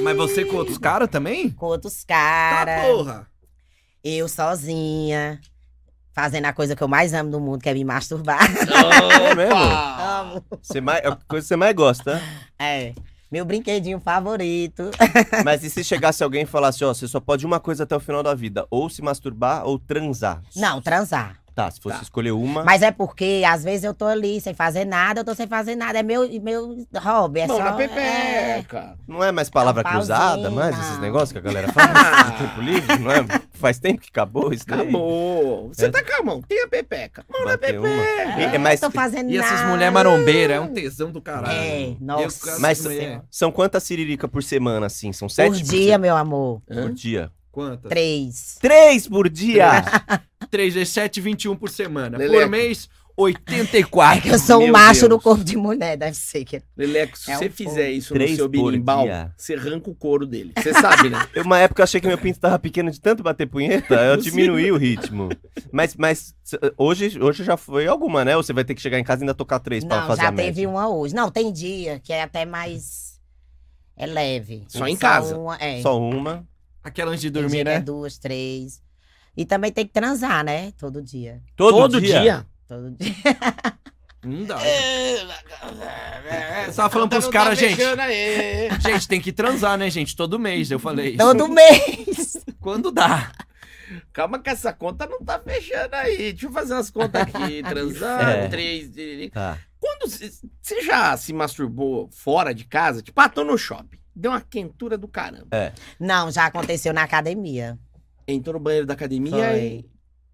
Mas você com outros caras também?
Com outros
Tá
caras,
porra.
eu sozinha, fazendo a coisa que eu mais amo no mundo, que é me masturbar.
Opa!
É mesmo?
Amo.
Você mais, é a coisa que você mais gosta.
É. Meu brinquedinho favorito.
Mas e se chegasse alguém e falasse, ó, você só pode uma coisa até o final da vida, ou se masturbar ou transar?
Não, transar.
Tá, se fosse
Tá.
escolher uma.
Mas é porque, às vezes, eu tô ali sem fazer nada, eu tô sem fazer nada. É meu, meu hobby, é
Mão
só...
na
é.
pepeca.
Não é mais palavra
Não,
cruzada,
pauzinho,
mais esses
não.
negócios que a galera faz? de tempo livre, não é? Faz tempo que acabou isso daí?
Acabou. Você
É.
tá com a mão. Tem a pepeca.
né,
Mão na
Bateu
pepeca.
uma.
É,
E- é, mas,
não tô fazendo
E essas
nada.
mulheres marombeiras, é um tesão do caralho.
É, nossa.
Eu-
mas
essas mulheres-
são quantas siririca por semana, assim? São
Por
sete?
dia, meu amor.
se- Por dia.
Quantas?
Três.
Três por dia!
3 vezes 7, 21 por semana. Por
Leleco.
mês,
É
84.
que eu sou um
Meu
macho
Deus.
no corpo de mulher, deve ser que...
Leleco, se
É um
você
fogo.
fizer isso no
Três
seu
por
birimbau,
dia.
você arranca o couro dele. Você sabe, né?
Eu, uma época eu achei que meu pinto tava pequeno de tanto bater punheta, eu diminuí o ritmo. Mas, mas s- hoje, hoje já foi alguma, né? Ou você vai ter que chegar em casa e ainda tocar três pra
Não,
fazer
já
a média?
teve um, uma hoje. Não, tem dia que é até mais... É leve.
Só em casa?
uma- é.
Só uma.
Aquela antes de
Tem dia
dormir,
que é
né?
duas, três. E também tem que transar, né? Todo dia.
Todo, dia?
Todo dia.
Não dá.
Você É,
Você tava falando pros caras, gente.
tá Aí.
Gente, tem que transar, né, gente? Todo mês, eu falei isso.
Todo mês.
Quando dá.
Calma que essa conta não tá fechando aí. Deixa eu fazer umas contas aqui. Transar,
É.
três. diriri.
Tá.
Quando você já se masturbou fora de casa? Tipo, ah, tô no shopping. Deu uma quentura do caramba.
Não, já aconteceu na academia.
Entrou no banheiro da academia
Foi.
e.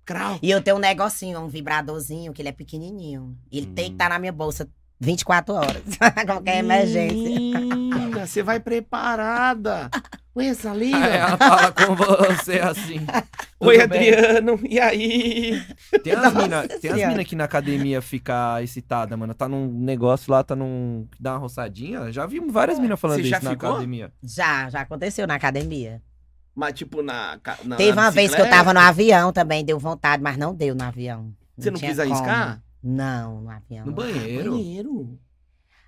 Crau.
E eu tenho um negocinho, um vibradorzinho, que ele é pequenininho. Ele tem que
Hum.
estar na minha bolsa 24 horas, qualquer emergência.
Menina, você vai preparada. Oi, Salina.
Aí ela fala com você assim.
Oi,
tudo bem?
Adriano. E aí?
Tem as minas
Senhora.
mina que na academia fica excitada, mano. Tá num negócio lá, tá num. Dá uma roçadinha. Já vi várias minas falando
Você
isso
já
na
ficou?
academia.
Já, já aconteceu na academia.
Mas, tipo, na. ca- na
Teve
na
uma vez que eu
bicicleta,
tava no avião também, deu vontade, mas não deu no avião.
Você não
tinha
quis arriscar?
como. Não, no avião.
No
não.
banheiro.
Banheiro.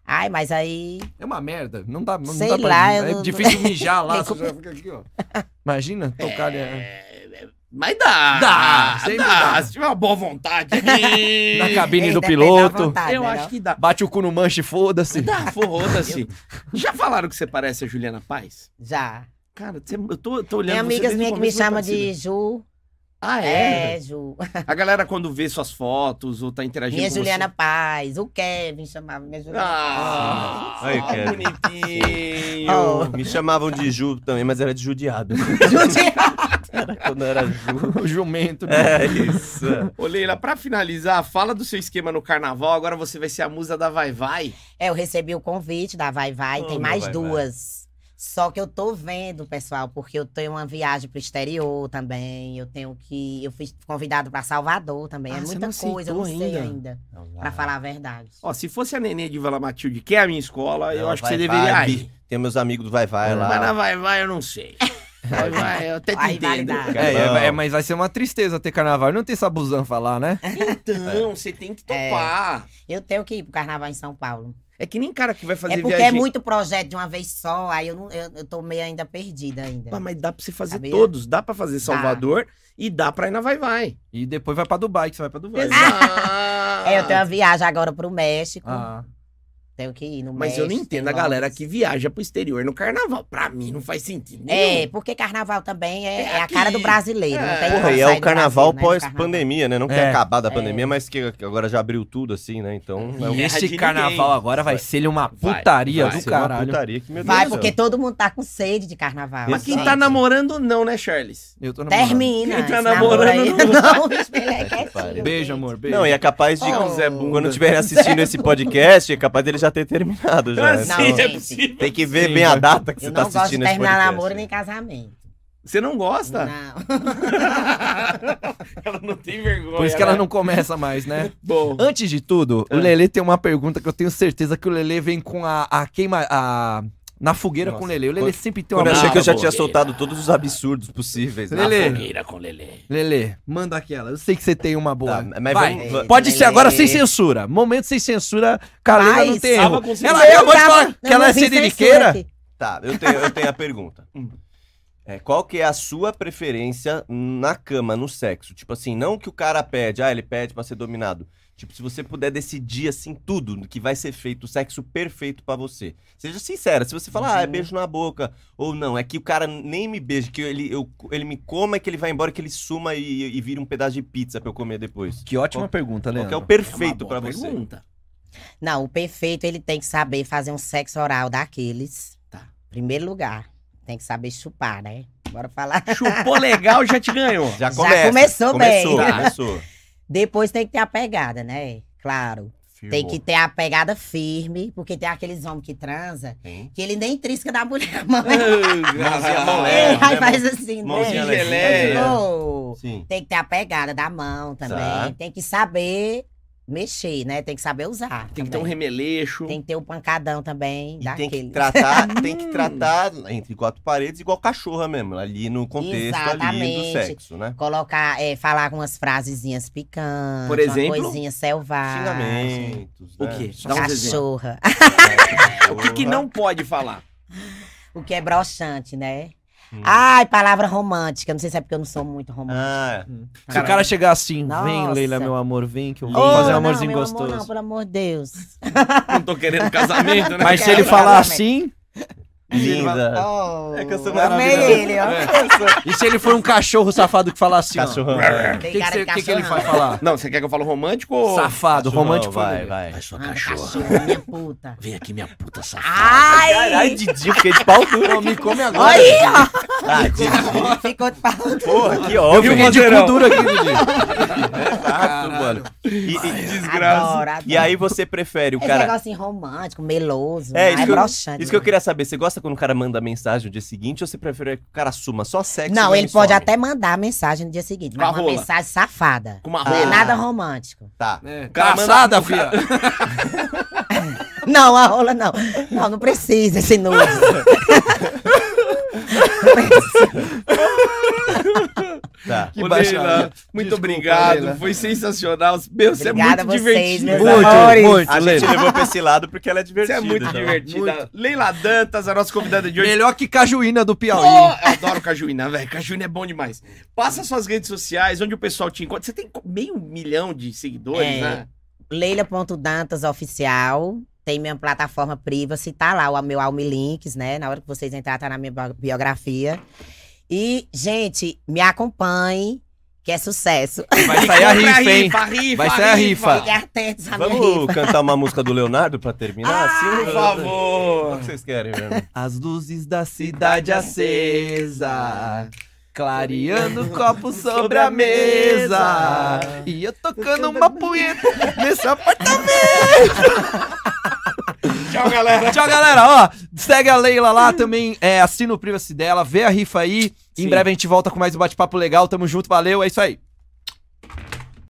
Ai, mas aí.
É uma merda. Não dá, não
Sei
dá pra.
lá, eu
é
não-
difícil mijar lá.
Nem
você já fica aqui, ó. Imagina tocar ali. é.
É, é, Mas dá.
Dá, sempre dá.
Se tiver uma boa vontade.
Na cabine
Ei,
do
depende da
piloto.
vontade,
Eu
né,
acho
não?
que dá.
Bate o cu no manche, foda-se.
Dá, foda-se. Já falaram que você parece a Juliana Paz?
Já.
Cara, você- eu tô, eu tô olhando
Tem
você
amigas
desde o
minhas que me
começo, não é
chamam
parecida.
de Ju.
Ah, é?
É, Ju.
A galera quando vê suas fotos ou tá interagindo
Minha
com
Juliana
você...
Paz. O Kevin chamava minha Juliana
Ah,
Ai,
ah,
cara.
bonitinho.
Oh.
Me chamavam de Ju também, mas era de judiado. Quando era Ju.
O jumento. né?
É isso.
Ô, Leila, pra finalizar, fala do seu esquema no carnaval. Agora você vai ser a musa da Vai Vai.
É, eu recebi o convite da Vai Vai,
Oh,
tem
meu
mais
Vai Vai.
duas. Só que eu tô vendo, pessoal, porque eu tenho uma viagem pro exterior também. Eu tenho que. Eu fui convidado pra Salvador também.
Ah,
é
você
muita
não
coisa, eu não
aceitou
sei
ainda?
ainda. Pra falar a verdade.
Ó, se fosse a Nenê de Vila Matilde, que é a minha escola, eu
Não,
acho que
vai,
você deveria
vai,
ir.
Tem meus amigos do Vai Vai
Mas na
lá.
Vai Vai eu não sei. Vai Vai, eu até né? te
A
entendo.
rivalidade.
É,
Não.
é, é, mas vai ser uma tristeza ter carnaval. Não tem essa busanfa lá, né?
Então, você tem que
É.
topar.
Eu tenho que ir pro carnaval em São Paulo.
É. que nem cara que vai fazer
é porque
viagem.
é muito projeto de uma vez só, aí eu, não, eu, eu tô meio ainda perdida ainda.
Ah, mas dá pra você fazer
Sabia?
todos. Dá pra fazer Salvador e dá pra ir na Vai Vai.
E depois vai pra Dubai, que você vai pra Dubai.
Exato.
É, eu tenho uma viagem agora pro México.
Ah,
Tenho que ir no
Mas
México.
eu não entendo a
tem
galera
Londres.
que viaja pro exterior no carnaval. Pra mim não faz sentido nenhum.
É, porque carnaval também é,
É
é a cara do
aqui.
brasileiro.
É.
Não tem como
Porra, e é
sair
o
do
carnaval
Brasil, né, do carnaval.
pós-pandemia, né? Não
É.
quer acabar da
É.
pandemia, mas que que agora já abriu tudo, assim, né? Então é
E
um-
erra de
este
ninguém.
carnaval agora vai ser uma
Vai,
putaria
vai.
do
Isso é uma
caralho.
putaria que meu Deus
Vai,
do céu.
porque todo mundo tá com sede de carnaval.
Mas quem
Gente,
tá namorando, não, né, Charles?
Eu tô namorando.
Termina.
Quem tá
esse namoro
namorando
aí.
não
Não, bicho, ele é
pariu.
quietinho.
Beijo,
gente.
amor. Beijo.
Não, e é capaz de.
Oh. Zé Bunda.
Quando estiver assistindo esse podcast, é capaz dele já ter terminado já.
Não,
né?
Não,
é
gente.
possível.
Tem que ver
Sim,
bem a
vai.
data que
Eu
você
não
tá
gosto de
assistindo esse podcast.
terminar namoro nem casamento.
Você não gosta?
Não.
ela não tem vergonha.
Por isso que ela
né?
não começa mais, né?
Bom.
Antes de tudo, o
É.
Lelê tem uma pergunta que eu tenho certeza que o Lelê vem com a, a queima. A, na fogueira com o Lelê. O Lelê
Quando-
sempre tem uma.
Quando eu achei que eu já
Não,
tinha
bobeira.
soltado todos os absurdos possíveis. né?
Lelê.
Fogueira com Lelê. É
Lelê, manda aquela. Eu sei que você tem uma boa.
Tá, mas
Vai.
vamos- va-
Pode ser
Lelê.
agora sem censura. Momento sem censura. Carlinha
Mas-
não tem
Tava
erro.
com censura.
Ela acabou de
tava-
falar
eu
que ela
não
é
vi censura
seririqueira.
aqui.
Tá, eu tenho, eu tenho a pergunta.
Hum.
É, qual que é a sua preferência na cama, no sexo? Tipo assim, não o que o cara pede, ah, ele pede pra ser dominado. Tipo, se você puder decidir, assim, tudo do que vai ser feito, o sexo perfeito pra você. Seja sincera, se você falar, ah, é beijo na boca, ou não, é que o cara nem me beije, que ele, eu, ele me coma, que ele vai embora, que ele suma e, e vira um pedaço de pizza pra eu comer depois.
Que ótima
Qual-
pergunta, né,
Qual que é o
Leandro.
perfeito
É
pra
uma boa
você?
pergunta.
Não, o perfeito ele tem que saber fazer um sexo oral daqueles.
Tá.
Primeiro lugar. Tem que saber chupar, né? Bora falar.
Chupou legal, já te ganhou.
Já,
Já
começa,
começou
começou,
bem.
Começou,
Depois tem que ter a pegada, né? Claro. Tem que ter a pegada firme, porque tem aqueles homens que transa
Hein?
que ele nem trisca da mulher, mãe.
Mãozinha
Mãozinha
É,
molé.
moleque.
aí
né,
faz assim,
mãozinha
né?
leve,
Aí,
né?
ô,
Sim.
Tem que ter a pegada da mão também.
Tá.
Tem que saber mexer, né? Tem que saber usar.
Tem que ter um
também.
remeleixo.
Tem que ter o pancadão também,
E tem
daquele.
que tratar, tem que tratar entre quatro paredes igual cachorra mesmo, ali no contexto ali do
Exatamente.
sexo, né?
Colocar, é, falar com umas frasezinhas picantes.
Por exemplo?
Uma coisinha Ah, selvagem.
Xingamentos,
O
né?
quê? Dá um uns exemplos.
Cachorra.
O que, que não pode falar?
O que é broxante, né?
Hum.
Hum.
Ai, palavra romântica. Não sei se é porque eu não sou muito romântica.
Ah,
Se o cara chegar assim, vem,
Nossa.
Leila, meu amor, vem, que eu vou
Ô,
fazer um
não,
amorzinho
meu
gostoso.
Amor, não, pelo amor de Deus.
Não tô querendo casamento, né?
Mas se
quero
ele falar
casamento.
assim,
linda.
Oh,
É que eu sou
amei
maravilhoso. É.
ele, ó.
e se ele for um cachorro safado que falar assim, ó,
Cachorrão.
Tem
o que, que,
cara
cê-
de
que que ele
cachorro,
vai falar?
Não, você quer que eu fale romântico ou...
Safado,
Cachorrão,
romântico.
vai,
falou.
vai.
Ai, sua
Ah,
cachorra.
cachorro, minha puta.
Vem aqui, minha
Ah.
puta safada.
Ai!
Caralho, Didi, fiquei de pau duro.
Pô, me come agora.
Aí, ó.
Ah, Didi.
Ficou de pau.
Porra, que
Eu
óbvio. né?
fiquei de cu
Bandeirão.
duro aqui, Didi.
Exato, mano. E, e-
Desgraça.
Adoro, adoro.
e aí você prefere o
Esse
cara...
negócio assim, romântico, meloso,
É,
é,
isso
ai,
que eu-
broxante.
Isso que eu queria saber, você gosta quando o cara manda mensagem no dia seguinte ou você prefere que o cara suma só sexo?
Não,
e
ele pode
some?
até mandar a mensagem no dia seguinte.
Com a
Mas uma
rola.
mensagem safada.
Com uma
Não
rola.
Ah.
é nada romântico.
Tá.
É,
cara manda-
Caçada, filha.
Não, a rola não. Não, não precisa esse nude.
Tá.
Ô,
baixada.
Leila, muito
Desculpa,
obrigado.
Leila.
Foi sensacional. Meu, você é
Obrigada
muito
a vocês,
divertido.
meus
Muito,
amores.
muito,
A gente
Leila.
levou pra esse lado porque ela é
Você
divertida.
é muito
então.
divertida. Leila Dantas, a nossa convidada de hoje.
Melhor que cajuína do
Pô,
Piauí.
eu adoro Cajuína, velho. Cajuína é bom demais. Passa suas redes sociais, onde o pessoal te encontra. Você tem meio milhão de seguidores,
É.
né?
Leila.dantas oficial. Tem minha plataforma Privacy, tá lá o meu Almi Links, né? Na hora que vocês entrarem, tá na minha bio- biografia. E, gente, me acompanhe, que é sucesso.
Tá.
Vai sair a
Compra
rifa, hein?
rifa,
Vai sair a rifa.
Fiquem atentos à minha
Vamos
rifa.
cantar uma música do Leonardo pra terminar?
Ah,
assim,
Por
O
favor.
que vocês querem, mesmo?
As luzes da cidade acesa, clareando copo sobre a mesa. E eu tocando uma punheta nesse apartamento.
Tchau, galera.
Tchau, galera. Ó, segue a Leila lá também. É, assina o privacy dela, vê a rifa aí. Em breve a gente volta com mais um bate-papo legal. Tamo junto, valeu, é isso aí.